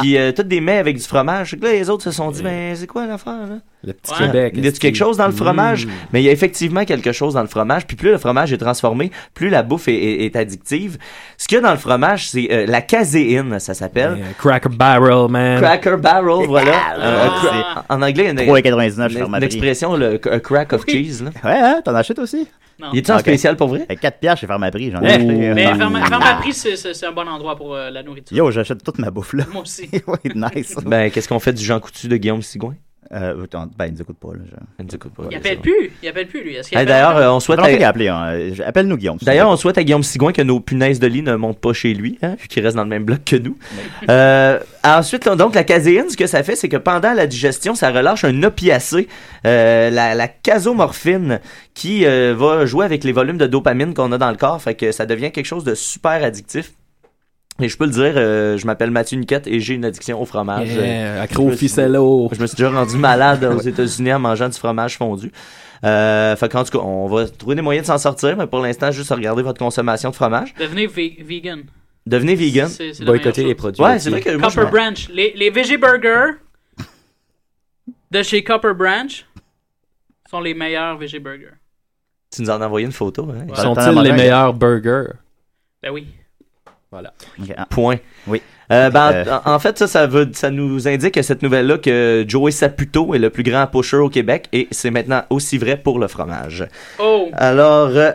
I: Puis euh, toutes des mets avec du fromage. Fait que Là, les autres se sont dit, ben c'est quoi l'affaire là?
J: Le petit
I: Ouais.
J: Québec.
I: Il y a
J: est-ce
I: quelque
J: que-
I: chose dans le fromage,
J: Mm.
I: mais il y a effectivement quelque chose dans le fromage. Puis plus le fromage est transformé, plus la bouffe est, est- est addictive. Ce qu'il y a dans le fromage, c'est euh, la caséine, ça s'appelle.
J: Euh, Cracker Barrel, man.
I: Cracker Barrel, voilà. Euh, cra- en anglais, il y a une,
H: 3,99, je
I: une-
H: suis
I: une expression, le a crack of cheese. Là.
H: Ouais, hein, t'en achètes aussi?
I: Il est-tu en
H: Ok.
I: spécial pour vrai?
H: 4 pierres chez Fermaprix, j'en ai
I: Eh,
H: acheté. euh,
I: mais
H: dans-
I: Ferma-
K: Ferme à prix, c'est- c'est c'est un bon endroit pour euh, la nourriture.
H: Yo, j'achète toute ma bouffe là.
K: Moi aussi.
H: oui, nice.
I: Ben, qu'est-ce qu'on fait du Jean Coutu de Guillaume Sigouin?
H: Euh, attends, ben, il nous écoute pas, là.
I: Il nous écoute pas.
K: Il appelle plus. Il appelle plus, lui. Est-ce qu'il
I: Hey,
K: appelle
I: D'ailleurs,
K: plus?
I: euh, on souhaite.
H: Ça fait longtemps qu'il a
I: Euh, Appelle-nous Guillaume. D'ailleurs, on souhaite à Guillaume Sigouin que nos punaises de lit ne montent pas chez lui, hein, vu qu'il reste dans le même bloc que nous. Euh, ensuite, là, donc, la caséine, ce que ça fait, c'est que pendant la digestion, ça relâche un opiacé, euh, la, la casomorphine, qui euh, va jouer avec les volumes de dopamine qu'on a dans le corps. Fait que ça devient quelque chose de super addictif. Et je peux le dire, euh, je m'appelle Mathieu Niquette et j'ai une addiction au fromage.
J: Yeah,
I: Euh, je
J: accro au
I: me suis-
J: ficello.
I: Je me suis déjà rendu malade aux États-Unis en mangeant du fromage fondu. Euh, fait qu'en tout cas, on va trouver des moyens de s'en sortir, mais pour l'instant, juste regarder votre consommation de fromage.
K: Devenez ve- vegan.
I: Devenez vegan.
K: C'est- c'est la Boycotter meilleure les chose. produits
I: Ouais, c'est vrai que moi, je-
K: Copper Branch. Les, les Veggie Burgers de chez Copper Branch sont les meilleurs Veggie Burgers.
I: tu nous en as envoyé une photo. Hein?
J: Sont-ils les meilleurs burgers?
K: Ben oui.
J: Voilà.
I: Point.
H: ah. Oui.
I: Euh, ben,
J: Euh,
I: En en fait, ça, ça, veut, ça nous indique que cette nouvelle-là que Joey Saputo est le plus grand pusher au Québec et c'est maintenant aussi vrai pour le fromage.
K: Oh!
I: Alors, euh,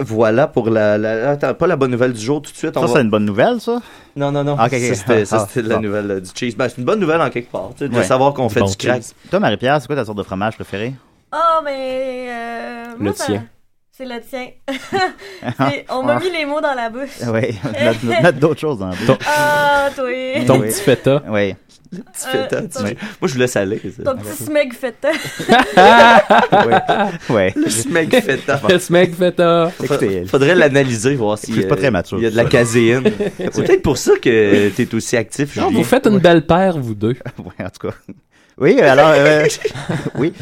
I: voilà pour la, la- Attends, pas la bonne nouvelle du jour tout de suite.
H: Ça, c'est une bonne nouvelle, ça?
I: Non, non, non.
H: Ok, ok.
I: Ça, c'était ça,
H: Ah,
I: c'était la
H: bon.
I: nouvelle euh, du cheese. Ben, c'est une bonne nouvelle en quelque part, tu sais, de
H: Ouais.
I: savoir qu'on fait du crack.
H: Toi, Marie-Pierre, c'est quoi ta sorte de fromage préférée?
L: Oh, mais. euh, moi,
H: Le
L: ça-
H: tien.
L: C'est le tien.
I: Ah.
L: C'est- on m'a mis les mots dans la bouche.
H: Oui, note, note- note d'autres choses dans la bouche.
L: Ah, toi.
H: Oui. Oui.
I: Le petit
L: Euh,
I: feta,
L: ton-
I: tu- Moi, je voulais salé. ça.
L: Ton petit smeg feta.
H: ouais.
I: Le smeg feta.
J: Le smeg feta.
I: Écoutez, faudrait l'analyser, voir si.
H: C'est pas
I: euh,
H: très mature,
I: Il y a de la
H: ça.
I: caséine. C'est peut-être pour ça que tu es aussi actif.
J: Non,
I: Julien.
J: vous faites une belle paire, vous deux.
H: ouais, en tout cas. Oui, alors. euh, oui.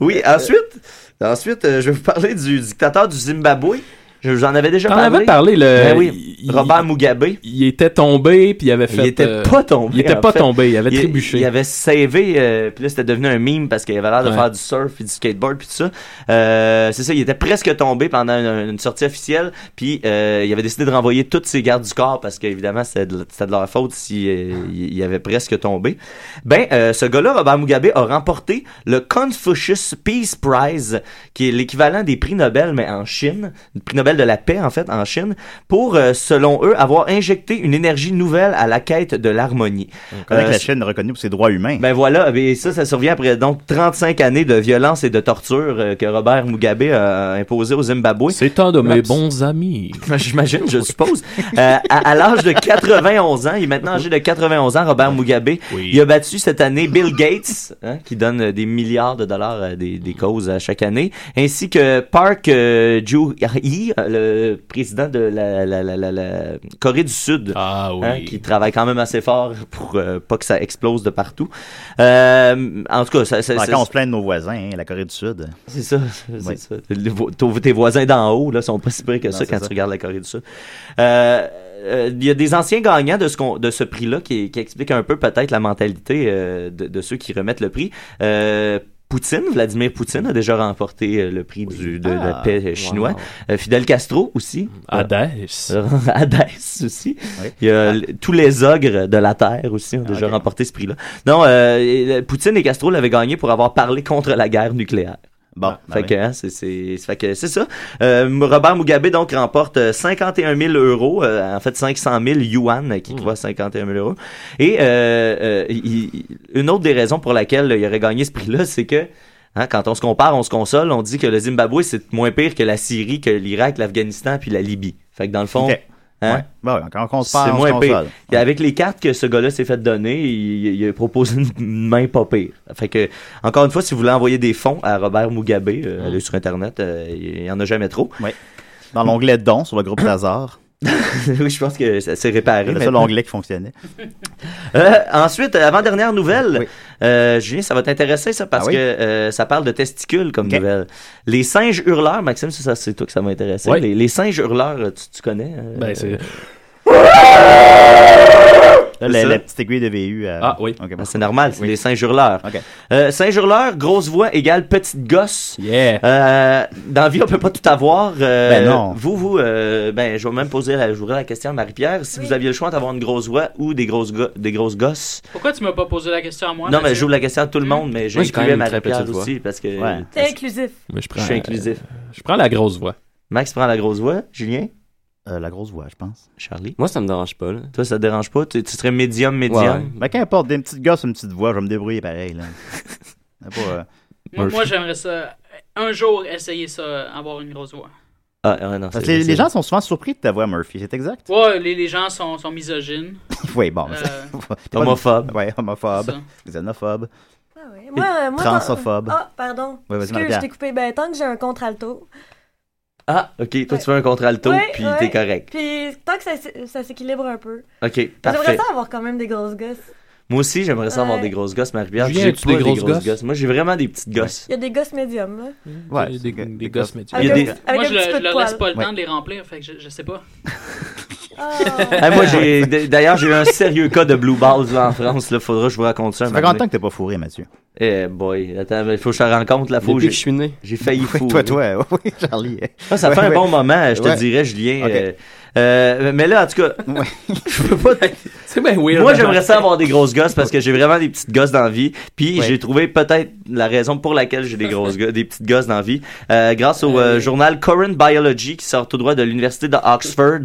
I: Oui, ensuite, ensuite euh, je vais vous parler du dictateur du Zimbabwe. Je- J'en avais déjà
J: T'en
I: parlé.
J: avais parlé, le-
I: Ben oui, Robert Mugabe.
J: Il était tombé, puis il avait fait.
I: Il était
J: euh,
I: pas tombé.
J: Il était
I: en
J: pas
I: fait.
J: tombé, il avait trébuché.
I: Il avait savé, euh, puis là, c'était devenu un meme parce qu'il avait l'air de
J: Ouais.
I: faire du surf puis du skateboard puis tout ça. Euh, c'est ça, il était presque tombé pendant une, une sortie officielle, puis euh, il avait décidé de renvoyer toutes ses gardes du corps parce qu'évidemment, c'était de, c'était de leur faute si, euh, il il avait presque tombé. Ben, euh, ce gars-là, Robert Mugabe, a remporté le Confucius Peace Prize, qui est l'équivalent des prix Nobel, mais en Chine, le prix Nobel de la paix, en fait, en Chine, pour, euh, selon eux, avoir injecté une énergie nouvelle à la quête de l'harmonie. Euh,
H: connaît que la
I: c'est-
H: Chine est reconnue pour ses droits humains.
I: ben voilà, ben ça, ça survient après donc 35 années de violence et de torture euh, que Robert Mugabe a imposé au Zimbabwe.
J: C'est un de mes bons amis.
I: Ben, J'imagine, je suppose. Euh, à à l'âge de 91 ans, il est maintenant âgé de 91 ans, Robert Mugabe. Il a battu cette année Bill Gates, hein, qui donne euh, des milliards de dollars à des, des causes à chaque année, ainsi que Park euh, Joo-hee, le président de la, la- la- la- la Corée du Sud, hein, qui travaille quand même assez fort pour euh, pas que ça explose de partout. Euh, en tout cas, ça, ça-
H: Encore,
I: ça-
H: Ben, on se plaint de nos voisins, hein, la Corée du Sud.
I: c'est ça, c'est
H: Oui.
I: ça. Les vo- ton- tes voisins d'en haut là sont pas si pires que
H: Non,
I: ça
H: c'est
I: quand
H: ça.
I: tu regardes la Corée du Sud. Euh, euh, Il y a des anciens gagnants de ce qu'on- de ce prix-là qui, qui expliquent un peu peut-être la mentalité euh, de, de ceux qui remettent le prix. Euh, Poutine, Vladimir Poutine a déjà remporté euh, le prix du, de la
J: Ah,
I: paix euh, chinois.
J: wow.
I: Euh, Fidel Castro aussi.
J: Hadès.
I: Euh, Hadès aussi. Il y a l- tous les ogres de la Terre aussi ont déjà remporté ce prix-là. Non, euh, et, euh, Poutine et Castro l'avaient gagné pour avoir parlé contre la guerre nucléaire.
H: Bon,
I: fait que, hein, c'est- c'est fait que c'est ça. Euh, M- Robert Mugabe donc remporte euh, 51 000 euros, euh, en fait 500 000 yuan, euh, qui équivaut à 51 000 euros. Et euh, euh, il- il- une autre des raisons pour laquelle euh, il aurait gagné ce prix-là, c'est que hein, quand on se compare, on se console, on dit que le Zimbabwe c'est moins pire que la Syrie, que l'Irak, l'Afghanistan puis la Libye. Fait que dans le fond,
H: Ok.
I: hein,
H: Ouais. Ben ouais, quand on se parle,
I: c'est
H: on se
I: moins pire.
H: console.
I: Et avec les cartes que ce gars-là s'est fait donner, il, il a proposé une une main pas pire. Fait que, encore une fois, si vous voulez envoyer des fonds à Robert Mugabe, euh, allez sur Internet, euh, il n'y en a jamais trop.
H: Mm. Dans l'onglet dons sur le groupe Lazare.
I: oui, je pense que ça s'est réparé.
H: C'est le
I: mais-
H: seul onglet qui fonctionnait.
I: Euh, ensuite, euh, avant-dernière nouvelle, euh, Julien, ça va t'intéresser ça parce
H: Ah oui?
I: que euh, ça parle de testicules comme nouvelle. Les singes hurleurs, Maxime, ça, ça, c'est toi que ça m'intéressait.
J: Oui.
I: Les, les singes hurleurs, euh, tu, tu connais euh,
J: Ben, c'est-
H: Là,
I: C'est
H: la,
I: ça.
H: la petite aiguille de VU. euh,
I: Ah oui. C'est normal, c'est les Saint-Jurleurs. Saint-Jurleur, Euh, grosse voix égale petite gosse. Euh, dans la vie, on peut pas tout avoir. Euh,
H: Ben non.
I: Vous, vous, euh, ben, je vais même poser la, je voudrais la question à Marie-Pierre. Si vous aviez le choix d'avoir une grosse voix ou des grosses, go- des grosses gosses.
K: Pourquoi tu m'as pas posé la question à moi?
I: non, mais
K: Mathieu?
I: j'ouvre la question à tout le monde, mais
J: Moi, j'ai quand
I: j'incluais
J: même une très
I: Marie-Pierre
J: petite voix.
I: aussi parce que.
J: Ouais.
L: T'es inclusif.
J: Mais je, prends,
I: Je suis inclusif.
J: euh, je prends la grosse voix.
I: Max prend la grosse voix. Julien?
H: Euh, la grosse voix, je pense.
I: Charlie?
M: Moi, ça me dérange pas. Là.
I: Toi, ça te dérange pas? Tu, tu serais médium, médium?
H: Ben, qu'importe, des petites gosses, une petite voix, je vais me débrouiller pareil. Là. C'est pas, euh,
K: Moi, moi, j'aimerais ça. Un jour, essayer ça, euh, avoir une grosse voix.
I: Ah, ouais, non,
H: Parce
I: c'est-
H: que les,
I: c'est-
H: les gens sont souvent surpris de ta voix, Murphy, c'est exact?
K: Ouais, les, les gens sont, sont misogynes.
H: oui, bon.
K: Euh,
H: t'es pas-
I: homophobe.
H: Ouais, homophobe.
K: C'est ça.
H: Xénophobe.
L: Ah ouais. Moi, euh, moi,
H: Transophobe.
L: Ah, pardon.
H: Ouais, vas-y,
L: Excuse,
H: Marie-Pierre.
L: je t'ai coupé. Ben, tant que j'ai un contralto,
I: Ah, ok. Toi, tu veux un contralto,
L: Ouais,
I: puis
L: ouais.
I: t'es correct.
L: Puis tant que ça, s- ça s'équilibre un peu.
I: Ok,
L: J'aimerais
I: parfait.
L: ça avoir quand même des grosses gosses.
I: Moi aussi, j'aimerais ça avoir
L: Ouais.
I: des grosses gosses, Marie-Pierre.
J: Julien,
I: J'ai
J: as-tu
I: pas
J: des
I: des
J: grosses
I: grosses
J: gosses?
I: gosses. Moi, j'ai vraiment des petites gosses.
L: Il y a des gosses médiums. là.
I: Ouais.
J: Des, des, des gosses médias.
I: Il y a
L: Avec
I: des-
L: un petit- avec un
K: Moi, je, le-
L: petit peu
K: je
L: de
K: leur
L: poils.
K: laisse pas le
I: Ouais.
K: temps de les remplir, fait que je, je sais pas.
I: Ah, moi, j'ai, d- d'ailleurs, j'ai eu un sérieux cas de blue balls là, en France. Là, faudra que je vous raconte ça.
H: Ça fait longtemps que t'es pas fourré, Mathieu.
I: Eh boy, attends, mais il faut que je te rencontre la
H: Depuis
I: faut
H: que
I: j'ai-
H: je suis né.
I: J'ai failli
H: Oui,
I: fou.
H: toi, toi, oui, Charlie.
I: Ah, ça
H: Ouais,
I: fait un
H: ouais.
I: bon moment, je te
H: Ouais.
I: dirais, Julien.
H: Ok.
I: euh, euh, mais là, en tout cas, je peux pas.
J: C'est bien weird.
I: Moi, j'aimerais ça avoir des grosses gosses parce que j'ai vraiment des petites gosses dans la vie. Puis j'ai trouvé peut-être la raison pour laquelle j'ai des grosses go- des petites gosses dans la vie Euh, grâce au euh, journal Current Biology qui sort tout droit de l'université de Oxford.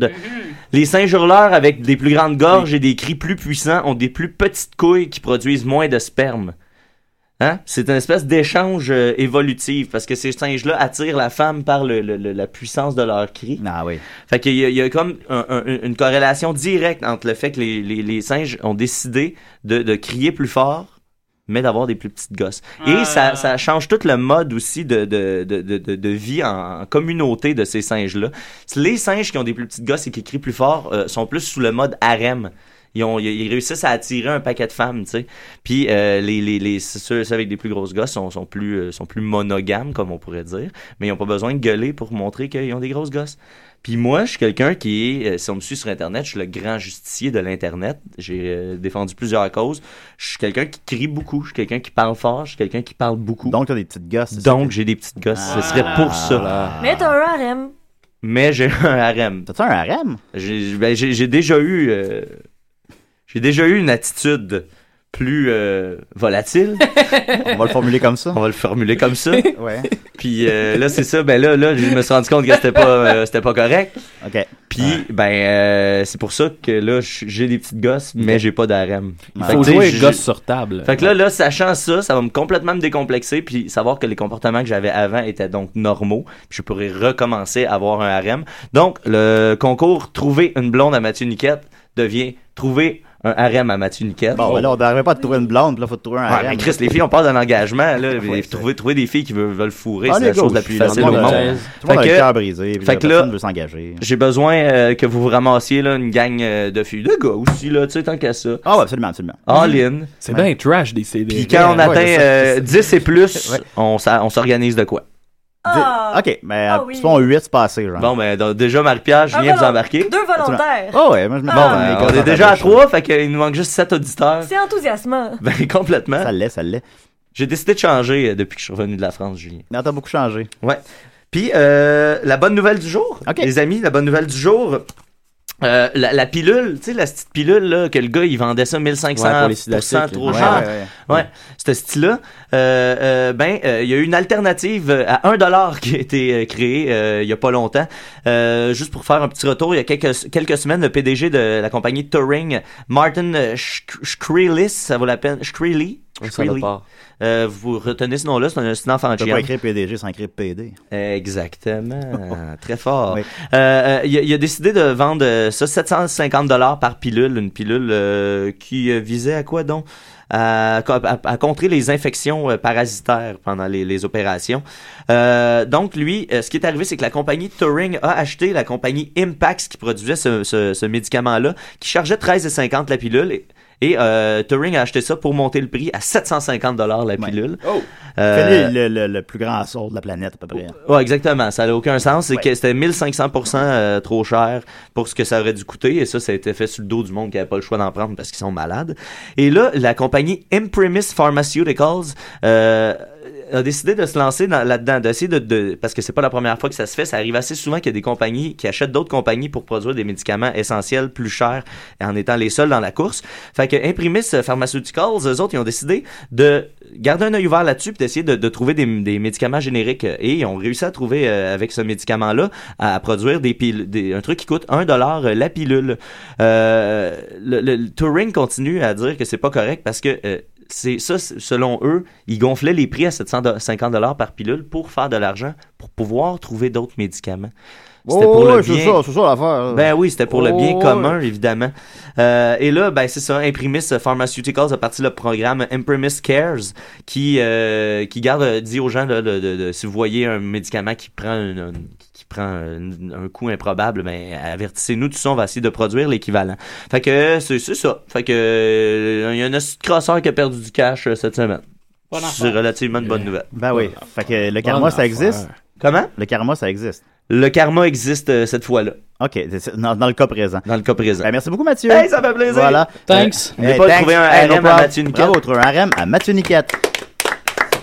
I: Les singes hurleurs avec des plus grandes gorges et des cris plus puissants ont des plus petites couilles qui produisent moins de sperme. Hein? C'est une espèce d'échange euh, évolutif parce que ces singes-là attirent la femme par le- le- le- la puissance de leur cri.
H: Ah oui.
I: Fait qu'il y, a- il y a comme un- un- une corrélation directe entre le fait que les, les- les singes ont décidé de, de crier plus fort mais d'avoir des plus petites gosses. Et ça, ça change tout le mode aussi de, de, de, de, de- de vie en, en communauté de ces singes-là. Les singes qui ont des plus petites gosses et qui crient plus fort euh, sont plus sous le mode harem. Ils, ont, ils- ils réussissent à attirer un paquet de femmes, tu sais. Puis euh, les, les, les, ceux, ceux avec des plus grosses gosses sont, sont, plus, euh, sont plus monogames, comme on pourrait dire. Mais ils n'ont pas besoin de gueuler pour montrer qu'ils ont des grosses gosses. Puis moi, je suis quelqu'un qui est, euh, si on me suit sur Internet, je suis le grand justicier de l'Internet. J'ai euh, défendu plusieurs causes. Je suis quelqu'un qui crie beaucoup, je suis quelqu'un qui parle fort, je suis quelqu'un qui parle beaucoup. Donc,
H: tu as des petites gosses.
I: Donc, j'ai des petites gosses.
H: Ah
I: Ce serait pour ça.
L: Mais t'as un harem.
I: Mais j'ai un harem.
H: T'as-tu un harem?
I: J'ai ben, j'ai- j'ai déjà eu... euh, j'ai déjà eu une attitude plus euh, volatile.
H: On va le formuler comme ça.
I: On va le formuler comme ça.
H: Ouais.
I: Puis euh, là, c'est ça. Ben là, là, je me suis rendu compte que c'était pas, euh, c'était pas correct.
H: OK.
I: Puis, ben, euh, c'est pour ça que là, je- j'ai des petites gosses, mais j'ai pas d'harem.
J: Il
I: Fait
J: faut
I: que, tu sais,
J: jouer
I: j'ai-
J: gosse sur table.
I: Fait que là, là, sachant ça, ça va me complètement me décomplexer, puis savoir que les comportements que j'avais avant étaient donc normaux, puis je pourrais recommencer à avoir un harem. Donc, le concours Trouver une blonde à Mathieu Niquette devient Trouver un harem à Mathieu Niquette.
H: Bon, ben là, on n'arrivait pas à trouver une blonde, puis là, faut trouver un
I: Ouais,
H: harem. Ah,
I: mais Chris, les filles, on parle d'un engagement, là. mais trouver, trouver des filles qui veulent, veulent fourrer,
H: Ah,
I: c'est
H: les
I: la chose
H: gars,
I: la plus
H: tout le
I: facile au
H: monde a-
I: monde.
H: Tout le monde a
I: Fait
H: le
I: que-
H: cœur brisé, puis
I: fait
H: là,
I: que là-
H: personne veut s'engager.
I: j'ai besoin euh, que vous vous ramassiez là, une gang euh, de filles, de gars aussi, là, tu sais, tant qu'à ça.
H: Ah ouais, absolument, absolument.
I: All in.
J: Mmh. C'est bien trash des CD.
I: Puis quand on
H: Ouais,
I: atteint
H: c'est ça,
I: euh,
H: c'est ça.
I: 10 et plus,
H: Ouais.
I: on, s'a- on s'organise de quoi?
H: Dix- OK, mais
L: Ah
H: euh,
L: oui.
H: c'est pas en 8 passé, genre.
I: Bon, ben donc, déjà, Marie-Pierre, je
L: Un
I: viens vous
L: volon-
I: embarquer.
L: Deux volontaires.
H: Ah ouais, moi, je me
I: Bon, ben, on est déjà à 3, fait qu'il nous manque juste 7 auditeurs.
L: C'est enthousiasmant.
I: Ben, complètement. Ça
H: l'est, ça l'est.
I: J'ai décidé de changer euh, depuis que je suis revenu de la France, Julien.
H: Non, t'as beaucoup changé.
I: Ouais. Puis, euh, la bonne nouvelle du jour, les amis, la bonne nouvelle du jour. euh, la, la pilule, tu sais, la petite pilule là, que le gars il vendait ça 1500
M: Ouais, pour les sciatiques,
I: trop
M: là.
I: cher.
M: Ouais, ouais,
I: Ouais, ce style-là. euh, euh, ben, euh, il y a eu une alternative euh, à 1 dollar qui a été euh, créée euh, il y a pas longtemps. Euh, juste pour faire un petit retour, il y a quelques, quelques semaines, le PDG de la compagnie Turing, Martin euh, Sh- Shkreli, ça vaut la peine, Shkreli.
M: Ouais, ça
I: Shkreli.
M: repart.
I: Euh, vous retenez ce nom-là, c'est un, c'est un enfant de
H: T'as
I: chienne.
H: pas écrit PDG sans écrire PD.
I: Exactement. Très fort. Euh, euh, il, a, il a décidé de vendre euh, ça 750 dollars par pilule, une pilule euh, qui euh, visait à quoi donc à, co- à- à contrer les infections euh, parasitaires pendant les, les opérations. Euh, donc lui, euh, ce qui est arrivé, c'est que la compagnie Turing a acheté la compagnie Impax qui produisait ce, ce- ce médicament-là, qui chargeait 13,50 la pilule. Et, et, euh, Turing a acheté ça pour monter le prix à 750 dollars la pilule.
H: Oh!
I: Euh,
H: Fais-lui le, le- le plus grand assaut de la planète, à peu près.
I: Ouais, exactement. Ça n'a aucun sens. C'est que c'était 1500% euh, trop cher pour ce que ça aurait dû coûter. Et ça, ça a été fait sur le dos du monde qui n'avait pas le choix d'en prendre parce qu'ils sont malades. Et là, la compagnie Imprimis Pharmaceuticals euh, a décidé de se lancer dans- là-dedans, d'essayer de, de- parce que c'est pas la première fois que ça se fait. Ça arrive assez souvent qu'il y a des compagnies qui achètent d'autres compagnies pour produire des médicaments essentiels plus chers en étant les seuls dans la course. Fait que Imprimis Pharmaceuticals, eux autres, ils ont décidé de garder un œil ouvert là-dessus puis d'essayer de, de trouver des, des médicaments génériques. Et ils ont réussi à trouver, euh, avec ce médicament-là, à, à produire des pilules, des- un truc qui coûte 1 dollar euh, la pilule. Euh, le, le- le Turing continue à dire que c'est pas correct parce que euh, c'est ça, c'est- selon eux, ils gonflaient les prix à 750 dollars par pilule pour faire de l'argent, pour pouvoir trouver d'autres médicaments. C'était
H: Oh,
I: pour le
H: ouais, c'est
I: bien-
H: ça, c'est ça l'affaire.
I: Ben oui, c'était pour le bien
H: Hein. Oh,
I: commun, évidemment. Euh, et là, ben c'est ça, Imprimis Pharmaceuticals a parti le programme Imprimis Cares euh, qui euh, qui garde dit aux gens là, de, de- de- si vous voyez un médicament qui prend une, une- qui qui prend un, un coup improbable, ben avertissez-nous, tout ça, on va essayer de produire l'équivalent. Fait que c'est c'est ça. Fait que euh, il y a un crosseur qui a perdu du cash euh, cette semaine. C'est relativement une bonne nouvelle.
H: Ben oui. Fait que le karma, ça existe.
I: Comment?
H: Le karma, ça existe.
I: Le karma existe euh, cette fois-là.
H: OK, c'est- c'est- dans, dans le cas présent. Ben,
I: Dans le cas présent.
H: merci beaucoup, Mathieu.
I: Hey, ça fait plaisir.
H: Voilà.
I: Thanks.
H: Euh,
I: N'oubliez
H: hey,
I: pas de
H: thanks.
I: trouver un
H: Hey, no
I: RM à
H: problem.
I: Mathieu Niquette.
H: Bravo, trouver un RM à Mathieu Niquette.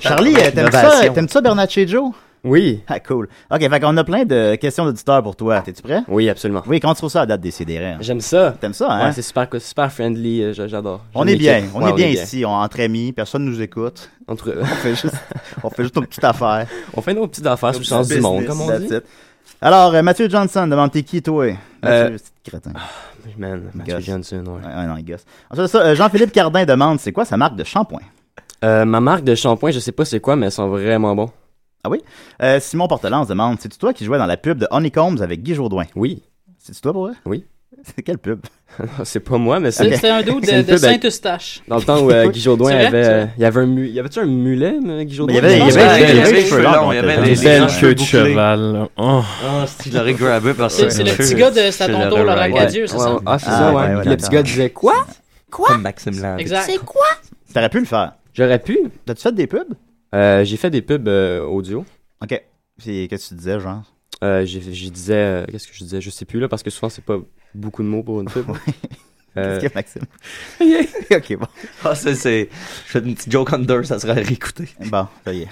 H: Charlie, euh, t'aimes ça,
I: Innovation.
H: t'aimes ça Bernaccio?
M: Oui.
H: Ah, cool. OK, fait qu'on a plein de questions d'auditeurs pour toi. T'es-tu prêt?
M: Oui, absolument.
H: Oui, quand tu trouves ça à date des CDR.
M: J'aime ça.
H: T'aimes ça, hein?
M: Ouais, c'est super, super friendly, euh, j'a- j'adore.
H: on
M: J'aime
H: est bien,
M: l'équipe.
H: on
M: Ouais,
H: est bien ici, on, entre amis, personne nous écoute.
M: Entre...
H: On fait juste, on fait juste nos petites affaires.
M: On fait nos petites affaires sous le sens du monde, comme on
H: That's
M: dit.
H: it. Alors, euh, Mathieu Johnson, demande t'es qui, toi? Mathieu,
M: Euh,
H: c'est crétin.
M: Man, Mathieu Johnson, ouais.
H: Ouais, non, il gosse. Ensuite de ça, euh, Jean-Philippe Cardin demande c'est quoi sa marque de shampoing?
M: Euh, ma marque de shampoing, je sais pas c'est quoi, mais elles sont vraiment bons.
H: Ah oui? Euh, Simon Portelance demande c'est-tu toi qui jouais dans la pub de Honeycombs avec Guy Jourdouin?
M: Oui.
H: C'est-tu toi pour vrai?
M: Oui.
H: C'est quelle pub?
M: Non, c'est pas moi, mais c'est.
K: C'est- c'est un dude de-
M: c'est une
K: de
M: pub à-
K: Saint-Eustache.
M: Dans le temps où euh,
K: Oui.
M: Guy Jourdouin
K: C'est vrai,
M: avait.
K: c'est
M: euh,
K: vrai.
M: Il y avait un mulet. Y avait-tu un mulet, euh, Guy Jourdouin
H: il y avait- il y avait-
M: Ouais,
H: il y avait-
M: les
H: les cheveux longs,
M: il y
H: donc,
M: avait
H: euh,
M: les
H: des
M: belles
H: belles
M: cheveux
H: queues
J: Queue
H: de
J: de
M: bouclées.
J: cheval. Oh.
M: Ah, c'est- je l'aurais grabbé par
K: C'est- c'est le petit gars de Sa Tonton, Laurent Cadieux, c'est ça?
M: Ah, c'est
H: Ah,
M: ça,
H: ouais,
M: ouais.
H: ouais,
M: Le petit
H: d'accord.
M: gars disait quoi
O: Quoi?
M: Comme Maxime Lambert.
K: Exact. C'est
O: quoi?
H: T'aurais pu le faire.
M: J'aurais pu.
H: T'as-tu fait des pubs?
M: Euh, J'ai fait des pubs euh, audio.
H: Ok. Puis, qu'est-ce que tu disais, genre?
M: Euh, j'ai- je disais, euh, qu'est-ce que je disais, je sais plus là, parce que souvent c'est pas beaucoup de mots pour une pub. Euh,
H: Qu'est-ce que Maxime? ok, bon.
I: Ah, ça, c'est. Je fais une petite joke under, ça sera réécouté.
H: Bon, ça y est.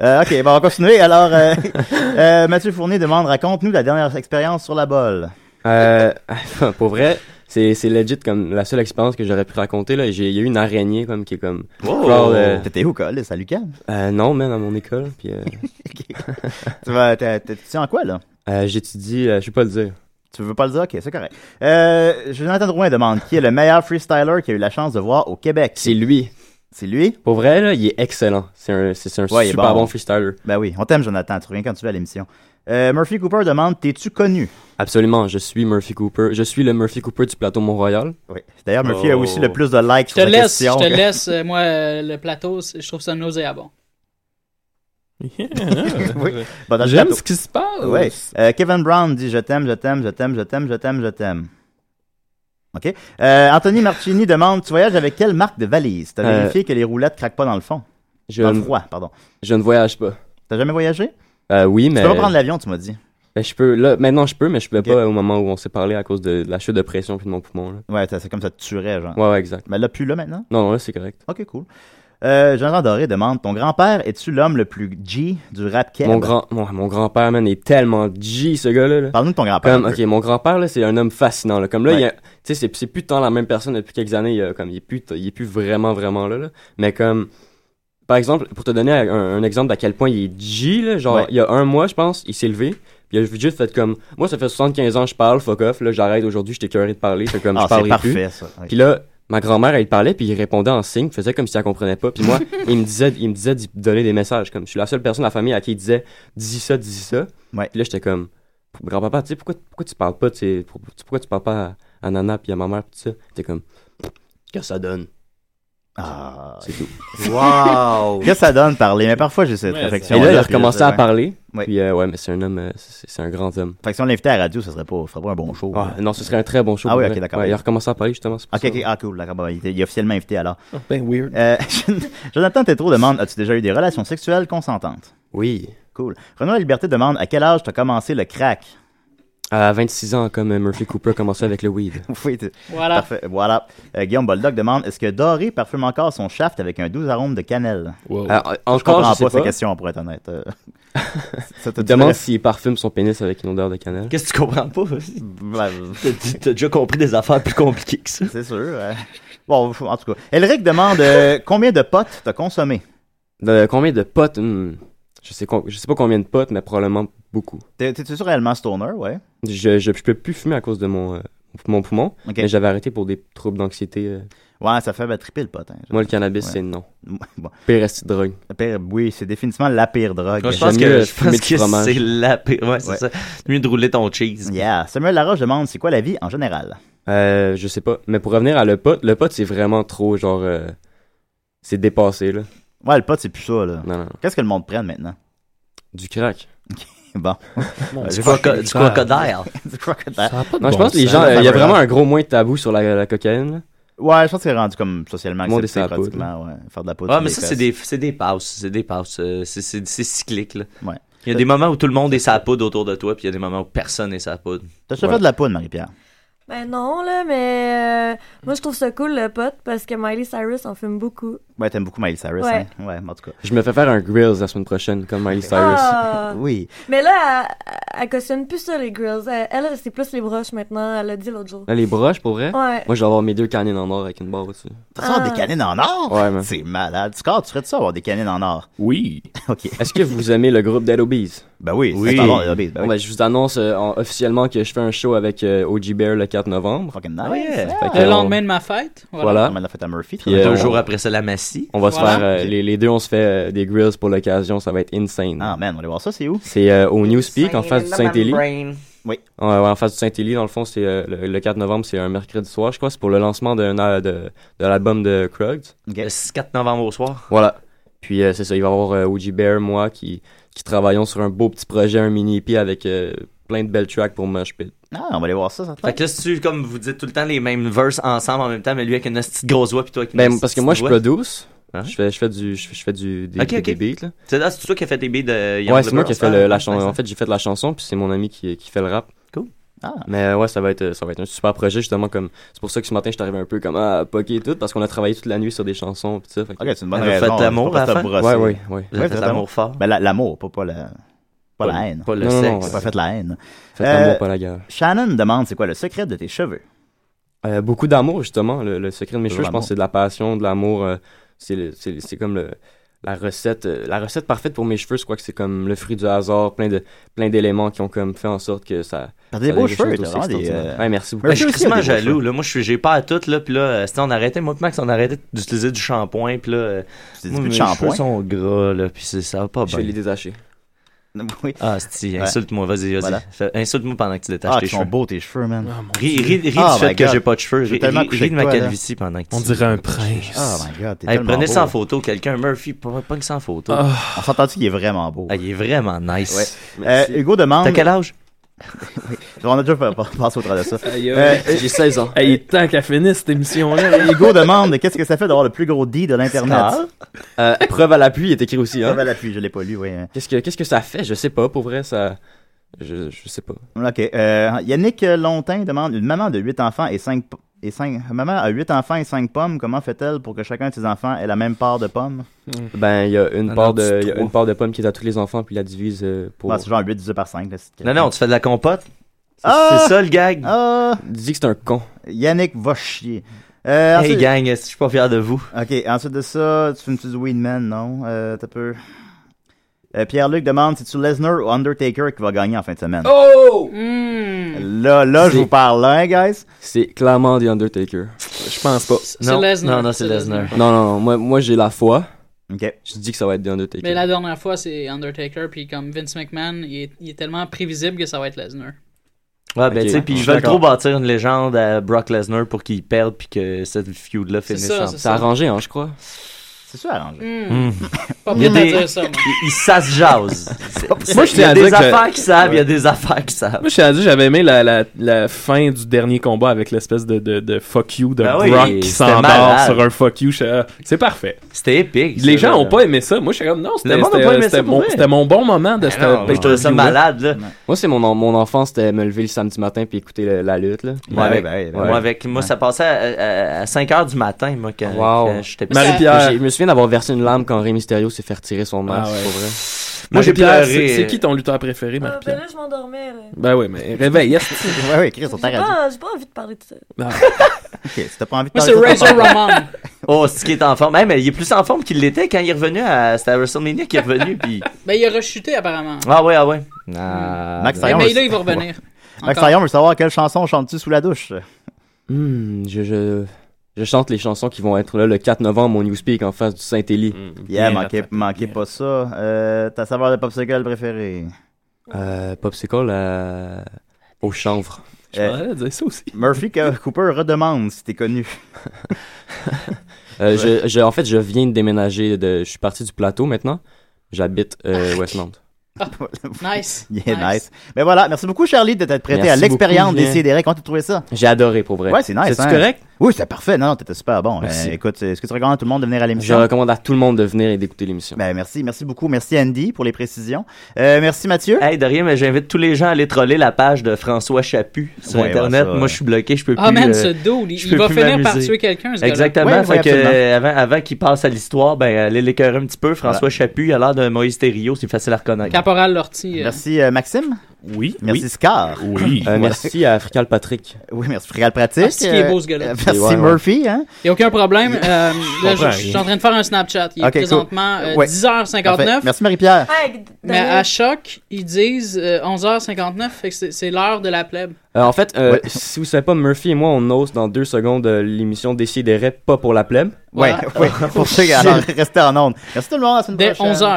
H: Euh, ok, bon, on va continuer. Alors, euh, euh, Mathieu Fournier demande raconte-nous la dernière expérience sur la bolle.
M: euh, pour vrai, c'est c'est legit comme la seule expérience que j'aurais pu raconter là. J'ai- Il y a eu une araignée comme qui est comme.
H: Oh! T'étais où, Cole? À Lucam?
M: euh, Non, même à mon école. Puis euh,
H: Tu vas- t'as- t'as- tu sais en quoi, là?
M: euh, j'étudie, euh, je vais pas le dire.
H: Tu veux pas le dire? Ok, c'est correct. Euh, Jonathan Drouin demande qui est le meilleur freestyler qui a eu la chance de voir au Québec?
M: C'est lui.
H: C'est lui?
M: Pour vrai là, il est excellent. C'est un, c'est c'est un
H: Ouais, il est
M: super
H: bon.
M: bon. freestyler.
H: Ben oui, on t'aime, Jonathan. Tu reviens quand tu vas à l'émission. Euh, Murphy Cooper demande T'es-tu connu
M: Absolument, je suis Murphy Cooper. Je suis le Murphy Cooper du plateau Mont-Royal. Oh.
H: Oui. D'ailleurs, Murphy a aussi le plus de likes
K: Je te
H: sur la
K: laisse, je
H: question.
K: te
H: que-
K: laisse. euh, Moi, euh, le plateau, c'est- je trouve ça nauséabond.
H: Oui. Bon, dans le
J: J'aime
H: plateau.
J: ce qui se passe.
H: Ouais. Euh, Kevin Brown dit Je t'aime, je t'aime, je t'aime, je t'aime, je t'aime, je t'aime. OK. Euh, Anthony Marchini demande Tu voyages avec quelle marque de valise T'as
M: Euh,
H: vérifié que les roulettes craquent pas dans le fond.
M: Je,
H: Dans
M: ne-
H: le froid, pardon.
M: je ne voyage pas.
H: T'as jamais voyagé
M: Euh, oui, mais.
H: Tu peux pas prendre l'avion, tu m'as dit.
M: Ben, je peux, là, maintenant je peux, mais je pouvais pas au moment où on s'est parlé à cause de, de la chute de pression puis de mon poumon. Là.
H: Ouais, ça- c'est comme ça te tuerait, genre.
M: Ouais, ouais, exact.
H: Mais là, plus là maintenant
M: Non, non, là, c'est correct.
H: Ok, cool. Euh, Jean-Jean Doré demande Ton grand-père, es-tu l'homme le plus G du rap keb?
M: Mon, grand, mon, mon grand-père, man, est tellement G, ce gars-là. là.
H: Parle-nous de ton grand-père.
M: Comme,
H: un
M: ok,
H: peu.
M: mon grand-père, là, c'est un homme fascinant, là. Comme là,
H: Ouais.
M: il y a- tu sais, c'est, c'est plus tant la même personne depuis quelques années, il, y a comme, il est plus, t- il est plus vraiment, vraiment là, là. Mais comme, par exemple, pour te donner un, un exemple d'à quel point il est G, là, genre,
H: Ouais.
M: il y a un mois, je pense, il s'est levé, puis il a juste fait comme, moi, ça fait 75 ans, je parle, fuck off, là, j'arrête aujourd'hui, j'étais curé de parler, fait comme,
H: Ah,
M: je parlerai
H: c'est parfait,
M: plus.
H: ça. Ouais.
M: Puis là, ma grand-mère, elle parlait, puis il répondait en signe, faisait comme si elle comprenait pas. Puis moi, il me disait, il me disait d'y donner des messages. Comme, je suis la seule personne de la famille à qui il disait, dis ça, dis ça.
H: Ouais.
M: Puis là, j'étais comme, grand-papa, tu sais, pourquoi, pourquoi tu parles pas, tu sais, pour- tu- pourquoi tu parles pas à, à Nana, puis à ma mère, puis tout ça. T'es comme, que ça donne.
H: Ah,
M: C'est tout.
I: Wow!
H: Qu'est-ce que ça donne parler? Mais parfois, j'ai cette
J: Ouais,
H: réflexion.
M: Et là, il a recommencé à parler.
H: Ouais.
M: Puis, euh, ouais, mais c'est un homme, euh, c'est c'est un grand homme.
H: Fait que si on l'invitait à la radio, ça serait pas, ça serait pas un bon show.
M: Ah, non, ce serait un très bon show.
H: Ah
M: pour
H: oui,
M: vrai.
H: ok, d'accord.
M: Ouais, il a recommencé à parler, justement. c'est pour
H: Ok,
M: ça.
H: ok, ah cool, d'accord, bon, il, était- il est officiellement invité alors.
J: Ben, weird.
H: Euh, Jonathan Tétro demande As-tu déjà eu des relations sexuelles consentantes
M: Oui.
H: Cool. Renaud Liberté demande À quel âge t'as commencé le crack
M: À 26 ans, comme euh, Murphy Cooper a commencé avec le weed.
H: Oui, tu-
K: Voilà.
H: Parfait, voilà. Euh, Guillaume Boldoc demande Est-ce que Doré parfume encore son shaft avec un doux arôme de cannelle
J: Wow.
M: Euh,
H: Ah, Je comprends
M: encore, je sais
H: pas
M: pas.
H: sa question, pour être honnête. Euh, ça te
M: Il demande s'il parfume son pénis avec une odeur de cannelle.
I: Qu'est-ce que tu comprends pas?
H: Ben,
I: T'as dit- T'as déjà compris des affaires plus compliquées que ça.
H: C'est sûr. euh. Bon, en tout cas. Elric demande euh, Combien de potes t'as consommé
M: De combien de potes Hmm. Je sais com- je sais pas combien de potes, mais probablement beaucoup.
H: T'es- T'es-tu réellement stoner, ouais?
M: Je, je, je peux plus fumer à cause de mon, euh, mon poumon,
H: Ok.
M: mais j'avais arrêté pour des troubles d'anxiété. euh.
H: Ouais, ça fait ben, triper le pote. hein.
M: Moi, le cannabis,
H: Ouais.
M: c'est non.
H: Bon,
M: Pire esti de drogue.
H: la pire- oui, c'est définitivement la pire drogue.
I: Je pense
M: J'aime
I: que,
M: mieux
I: je
M: fumer
I: pense
M: du
I: que
M: fromage.
I: c'est la pire. Ouais, c'est
H: Ouais.
I: ça. Mieux de rouler ton cheese.
H: Yeah. Samuel Laroche demande c'est quoi la vie en général?
M: Euh, je sais pas. Mais pour revenir à le pote, le pote, c'est vraiment trop, genre... euh, c'est dépassé, là.
H: Ouais, le pote, c'est plus ça, là.
M: Non, non, non.
H: Qu'est-ce que le monde prenne maintenant?
M: Du crack.
H: Bon.
I: Mon Du Dieu. croco- du crocodile.
H: du crocodile.
I: Ça a pas de
M: Non, je pense que les gens, euh, il y a vraiment un gros moins de tabou sur la, la cocaïne.
H: Ouais, je pense que c'est rendu comme socialement
M: Le monde
H: accepté
M: essaie la poudre.
H: pratiquement, ouais. Faire de la poudre.
I: Ouais,
H: sur
I: Ah, mais
H: les
I: ça, c'est
H: fesses.
I: des, c'est des passes. C'est des passes. euh, c'est- C'est c'est cyclique, là.
H: Ouais.
I: Il y a des moments où tout le monde est sa poudre autour de toi, puis il y a des moments où personne n'est sa poudre.
H: T'as déjà fait de la poudre, Marie-Pierre?
L: Ben non, là, mais euh, moi, je trouve ça cool, le pote, parce que Miley Cyrus en fume beaucoup.
H: Ouais, t'aimes beaucoup Miley Cyrus,
L: Ouais.
H: hein? Ouais, mais en tout cas.
M: Je me fais faire un grills la semaine prochaine, comme Miley Cyrus.
L: Ah! Mais là, elle, elle cautionne plus ça, les grills. Elle, elle, c'est plus les broches maintenant. Elle l'a dit l'autre jour.
M: Là, les broches, pour vrai?
L: Ouais.
M: Moi, je vais avoir mes deux canines en or avec une barre aussi.
H: T'as ça, des canines en or?
M: Ouais, man.
H: C'est malade. Score, tu ferais de ça, avoir des canines en or?
M: Oui.
H: OK.
M: Est-ce que vous aimez le groupe Dead Obies?
H: Ben oui, c'est pas bon, Dead Obies, ben
M: Bon,
H: oui.
M: ben, je vous annonce euh, en- officiellement que je fais un show avec euh, OG Bear le 4 novembre.
H: Fucking
K: nice. Le lendemain de ma fête. Voilà.
M: Voilà.
H: On a fait à Murphy.
M: Puis, euh,
I: Deux
M: on-
I: jours après ça, la massie.
M: On va
I: Voilà.
M: se faire, euh, les, les deux, on se fait euh, des grills pour l'occasion, ça va être insane.
H: Ah man, on va voir ça, c'est où?
M: C'est euh, au Newspeak, en face du Saint-Élie.
H: Oui.
M: Ouais, ouais, en face du Saint-Élie, dans le fond, c'est euh, le, le 4 novembre, c'est un mercredi soir, je crois, c'est pour le lancement d'un, euh, de, de l'album de Krugs.
I: Le 4 novembre au soir.
M: Voilà. Puis euh, c'est ça, il va y avoir euh, OG Bear, moi, qui, qui travaillons sur un beau petit projet, un mini-EP avec euh, plein de belles tracks pour Mosh Pit.
H: Ah, on va aller voir ça, ça te
I: Fait que là, si tu, comme vous dites tout le temps, les mêmes verses ensemble en même temps, mais lui avec une petite grosse voix, puis toi avec une
M: Ben,
I: petite
M: parce que moi, je
I: voix.
M: produce.
H: Hein?
M: Je fais, je fais du, je fais, je fais du, des,
I: Ok,
M: des-
I: ok.
M: des beats, là.
I: C'est là, c'est toi qui as fait tes beats de Young
M: ouais, c'est moi qui ai fait
I: Blubber en ce
M: le-
I: moment.
M: la chanson. En fait, j'ai fait la chanson, puis c'est mon ami qui, qui fait le rap.
I: Cool. Ah.
M: Mais euh, ouais, ça va être euh, ça va être un super projet justement comme c'est pour ça que ce matin je suis arrivé un peu comme à poquer et tout parce qu'on a travaillé toute la nuit sur des chansons puis ça. Fait
H: Ok, c'est une bonne
I: Elle a
H: raison. hein,
I: fait l'amour,
H: C'est pas
I: la
H: fait
I: fin?
H: brosser.
M: Ouais, ouais, ouais.
I: Vous avez fait
H: fait
I: l'amour fort.
H: Ben, la- l'amour, pas, pas, la... pas
I: Pas-
H: la haine.
I: pas le Non, non, sexe.
H: T'as pas fait la haine. Euh,
M: Faites l'amour, pas la guerre.
H: Shannon demande c'est quoi le secret de tes cheveux?
M: Euh, beaucoup d'amour justement. Le, le secret de mes
H: Toujours
M: cheveux, je pense,
H: l'amour.
M: c'est de la passion, de l'amour. euh, c'est le- c'est c'est comme le- la recette, euh, la recette parfaite pour mes cheveux. Je crois que c'est comme le fruit du hasard, plein de plein d'éléments qui ont comme fait en sorte que ça.
H: T'as
I: des
M: ça
I: beaux
M: donne quelque chose
I: cheveux, t'as
M: d'aussi
I: vraiment des,
M: extraordinaire.
I: euh,
M: Ouais, merci beaucoup.
I: Mais je suis extrêmement jaloux. Là. Moi, je suis- j'ai peur à tout. Là, puis là, euh, si on arrêtait, moi, puis Max, on arrêtait d'utiliser du shampoing. Puis là, euh,
H: C'est
I: moi,
H: du
I: mes
H: shampoing?
I: cheveux sont gras, là, puis c'est- ça va pas
M: Je
I: bien.
M: vais les détacher.
H: Oui.
I: Ah, sti,
H: Ouais.
I: insulte-moi, vas-y, vas-y.
H: Voilà.
I: Fais- Insulte-moi pendant que tu détaches
H: Ah,
I: tes
H: ils sont
I: cheveux.
H: beaux tes cheveux, man.
I: Ris, ris, ris
H: Oh
I: du fait
H: my
I: que
H: God.
I: j'ai pas de cheveux.
H: Je veux
I: Ris,
H: tellement
I: ris-
H: coucher
I: ris
H: avec
I: de ma
H: toi, là.
I: calvitie pendant que tu
H: On dirait un prince. Oh my God, t'es
I: Hey,
H: tellement
I: Prenez ça en
H: beau.
I: photo, quelqu'un. Murphy, pre- pogne ça en photo.
H: Ah. On s'entend qu'il est vraiment beau.
I: Ah, il est vraiment nice.
H: Ouais. Euh, Hugo demande.
I: T'as quel âge?
H: On a déjà pas- pas- passé au travers de ça. Euh,
J: Aïe, aïe. J'ai 16 ans. Hey, il est temps qu'elle finisse cette émission-là. là.
H: Hugo demande qu'est-ce que ça fait d'avoir le plus gros D de l'Internet?
M: Euh, preuve à l'appui est écrit aussi. Hein?
H: Preuve à l'appui, je l'ai pas lu, oui.
M: Qu'est-ce que, qu'est-ce que ça fait Je sais pas, pour vrai, ça. Je, je sais pas.
H: OK. euh, Yannick Lontain demande une maman de 8 enfants et 5 et cinq- maman a 8 enfants et 5 pommes, comment fait-elle pour que chacun de ses enfants ait la même part de pommes?
M: Ben, il y a une,
H: Ah,
M: part,
H: non,
M: de,
H: tu
M: il y a
H: trois.
M: une part de pomme qui est à tous les enfants, puis il la divise euh, pour.
H: Bah, c'est genre 8 divisé par 5. là, c'est-
I: Non, non, tu fais de la compote.
H: Ah!
I: C'est ça le gag.
H: Ah!
M: Dis que c'est un con.
H: Yannick va chier. Euh,
I: Hey
H: ensuite-
I: gang, est-ce que je suis pas fier de vous.
H: OK, ensuite de ça, tu fumes-tu du Weedman, non? Euh, t'as peu. Euh, Pierre-Luc demande si tu Lesnar ou Undertaker qui va gagner en fin de semaine.
K: Oh!
H: Là, là, je
M: C'est-
H: vous parle, hein, guys?
M: C'est clairement The Undertaker. Je pense pas.
K: c'est Non, Lesnar. non, non, c'est C'est Lesnar.
M: Non, non, non, Moi, moi j'ai la foi.
H: Ok.
M: Je dis que ça va être The Undertaker.
K: Mais la dernière fois, c'est Undertaker, puis comme Vince McMahon, il est, il est tellement prévisible que ça va être Lesnar.
I: Ouais, ben
M: Ok.
I: tu sais, puis
M: Je
I: ils
M: suis
I: veulent
M: d'accord.
I: trop bâtir une légende à Brock Lesnar pour qu'il perde puis que cette feud-là
K: C'est
I: finisse
K: ça,
I: en
K: c'est
M: C'est arrangé, hein, je crois.
H: C'est ça, arrangé.
I: Hmm.
K: Pas
I: Il y a
K: prêt à
I: des-
K: dire ça, moi.
I: il- il- ça se jase.
J: Moi, je
I: il y
J: tiens à
I: a
J: dire
I: des
J: que-
I: affaires qui savent, il y a des affaires qui savent.
J: Moi, je tiens à dire, j'avais aimé la, la, la fin du dernier combat avec l'espèce de, de, de fuck you de
I: Ben oui,
J: Brock
I: c'était
J: qui s'endort
I: malade.
J: sur un fuck you. Je- euh, C'est parfait.
I: C'était épique.
J: Les
I: ça,
J: gens
I: là.
J: ont pas aimé ça. Moi, je suis comme, non, c'était
I: Le monde a pas
J: c'était-
I: aimé ça
J: c'était
I: pour
J: mon,
I: vrai. Ben
J: c'était mon bon moment de ce
I: non, je trouvais ça malade, là.
M: Moi, c'est mon, mon enfance, c'était me lever le samedi matin puis écouter le- la lutte, là.
I: Moi,
H: ben,
I: avec, moi, avec- moi, ça passait à, à- à 5 h du matin, moi, quand, quand Euh, j'étais petit.
M: J'ai- Je me souviens d'avoir versé une larme quand Ré Mysterio s'est fait retirer son masque,
J: Ah ouais.
M: pour vrai.
J: Moi, j'ai
M: Marie-Pierre,
J: pleuré.
M: c'est-
I: euh,
J: C'est qui ton lutteur préféré,
L: Ah,
J: Marie-Pierre?
L: ben là, je m'endormais. là.
J: Ben oui, mais réveille.
H: ouais, ouais, Chris, on
L: J'ai
H: t'a radio.
L: pas, j'ai pas envie de parler de ça.
H: Ok, si t'as pas envie de
K: Ah. Moi,
H: parler de ça,
K: c'est
H: t'en parles.
K: Razor Ramon.
I: Oh, c'est qui est en forme. Hey, mais il est plus en forme qu'il l'était quand il est revenu à. C'était à WrestleMania qu'il est revenu, puis.
K: Ben, il a rechuté, apparemment.
I: Ah ouais, ah ouais.
H: Max
K: Mais,
H: Taillon
K: mais
H: veut-
K: là, il va revenir.
H: Max
K: Encore.
H: Taillon veut savoir quelle chanson chantes-tu sous la douche?
M: Hmm, je, je, je chante les chansons qui vont être là le 4 novembre au Newspeak en face du Saint-Élie.
H: Hmm. Yeah, manquez, manquez pas ça. Euh, ta saveur de popsicle préférée?
M: Euh, Popsicle euh, au chanvre.
J: Je
H: Euh,
J: m'en allais dire ça aussi.
H: Murphy Co- Cooper redemande si t'es connu.
M: Euh,
H: Ah,
M: je, je- en fait, je viens de déménager. De, je suis parti du plateau maintenant. J'habite euh, Westmount.
K: nice.
H: Yeah, nice. Mais voilà, merci beaucoup, Charlie, de t'être prêté
I: Merci
H: à l'expérience
I: beaucoup,
H: des
I: Julien.
H: CDR. Comment t'as trouvé ça?
I: J'ai adoré pour vrai.
H: Ouais, c'est nice.
I: C'est
H: hein.
I: correct?
H: Oui, c'était parfait. Non, non, t'étais super bon.
I: Merci.
H: Euh, écoute, est-ce que tu recommandes à tout le monde de venir à
I: Je
H: l'émission?
I: recommande à tout le monde de venir et d'écouter l'émission.
H: Ben, merci, merci beaucoup. Merci Andy pour les précisions. Euh, merci Mathieu.
I: Hey, de rien, mais j'invite tous les gens à aller troller la page de François Chaput sur
H: Ouais,
I: Internet.
H: ouais, ça,
I: Moi, je suis bloqué, je peux
K: Ah,
I: plus.
K: man,
I: euh,
K: ce dude, il-
I: je
K: il
I: peux
K: va
I: plus
K: finir par
I: m'amuser.
K: tuer quelqu'un, ce gars-là.
I: Exactement.
K: Ouais, ouais,
I: fait que,
K: absolument.
I: euh, avant, avant qu'il passe à l'histoire, ben, allez l'écœurer un petit peu. François
H: Voilà.
I: Chaput, à l'heure d'un Moïse Thériault, c'est facile à reconnaître.
K: Caporal Lortie.
H: Merci euh, Maxime.
J: Oui.
H: Merci Scar.
I: Oui. Euh, merci
H: à Frical Patrick. Oui, merci Frical Patrick.
K: Ah, c'est qui est beau, ce gars-là.
H: Euh, Merci
K: Ouais, ouais.
H: Murphy. Hein?
K: Il n'y a aucun problème. Euh, là,
H: comprends
K: je, je suis en train de faire un Snapchat. Il est
H: Ok, cool.
K: présentement euh,
H: Ouais.
K: 10h59.
H: Parfait. Merci Marie-Pierre.
K: Mais à choc, ils disent euh, 11h59, fait que c'est- c'est l'heure de la plèbe.
M: Euh, en fait, euh, si vous savez pas, Murphy et moi, on hausse dans deux secondes euh, l'émission Déciderait pas pour la plèbe.
H: Ouais, ouais. Pour ceux qui alors, restez en ondes. Merci tout le monde. À la semaine
K: Dès
H: prochaine.
K: 11 heures.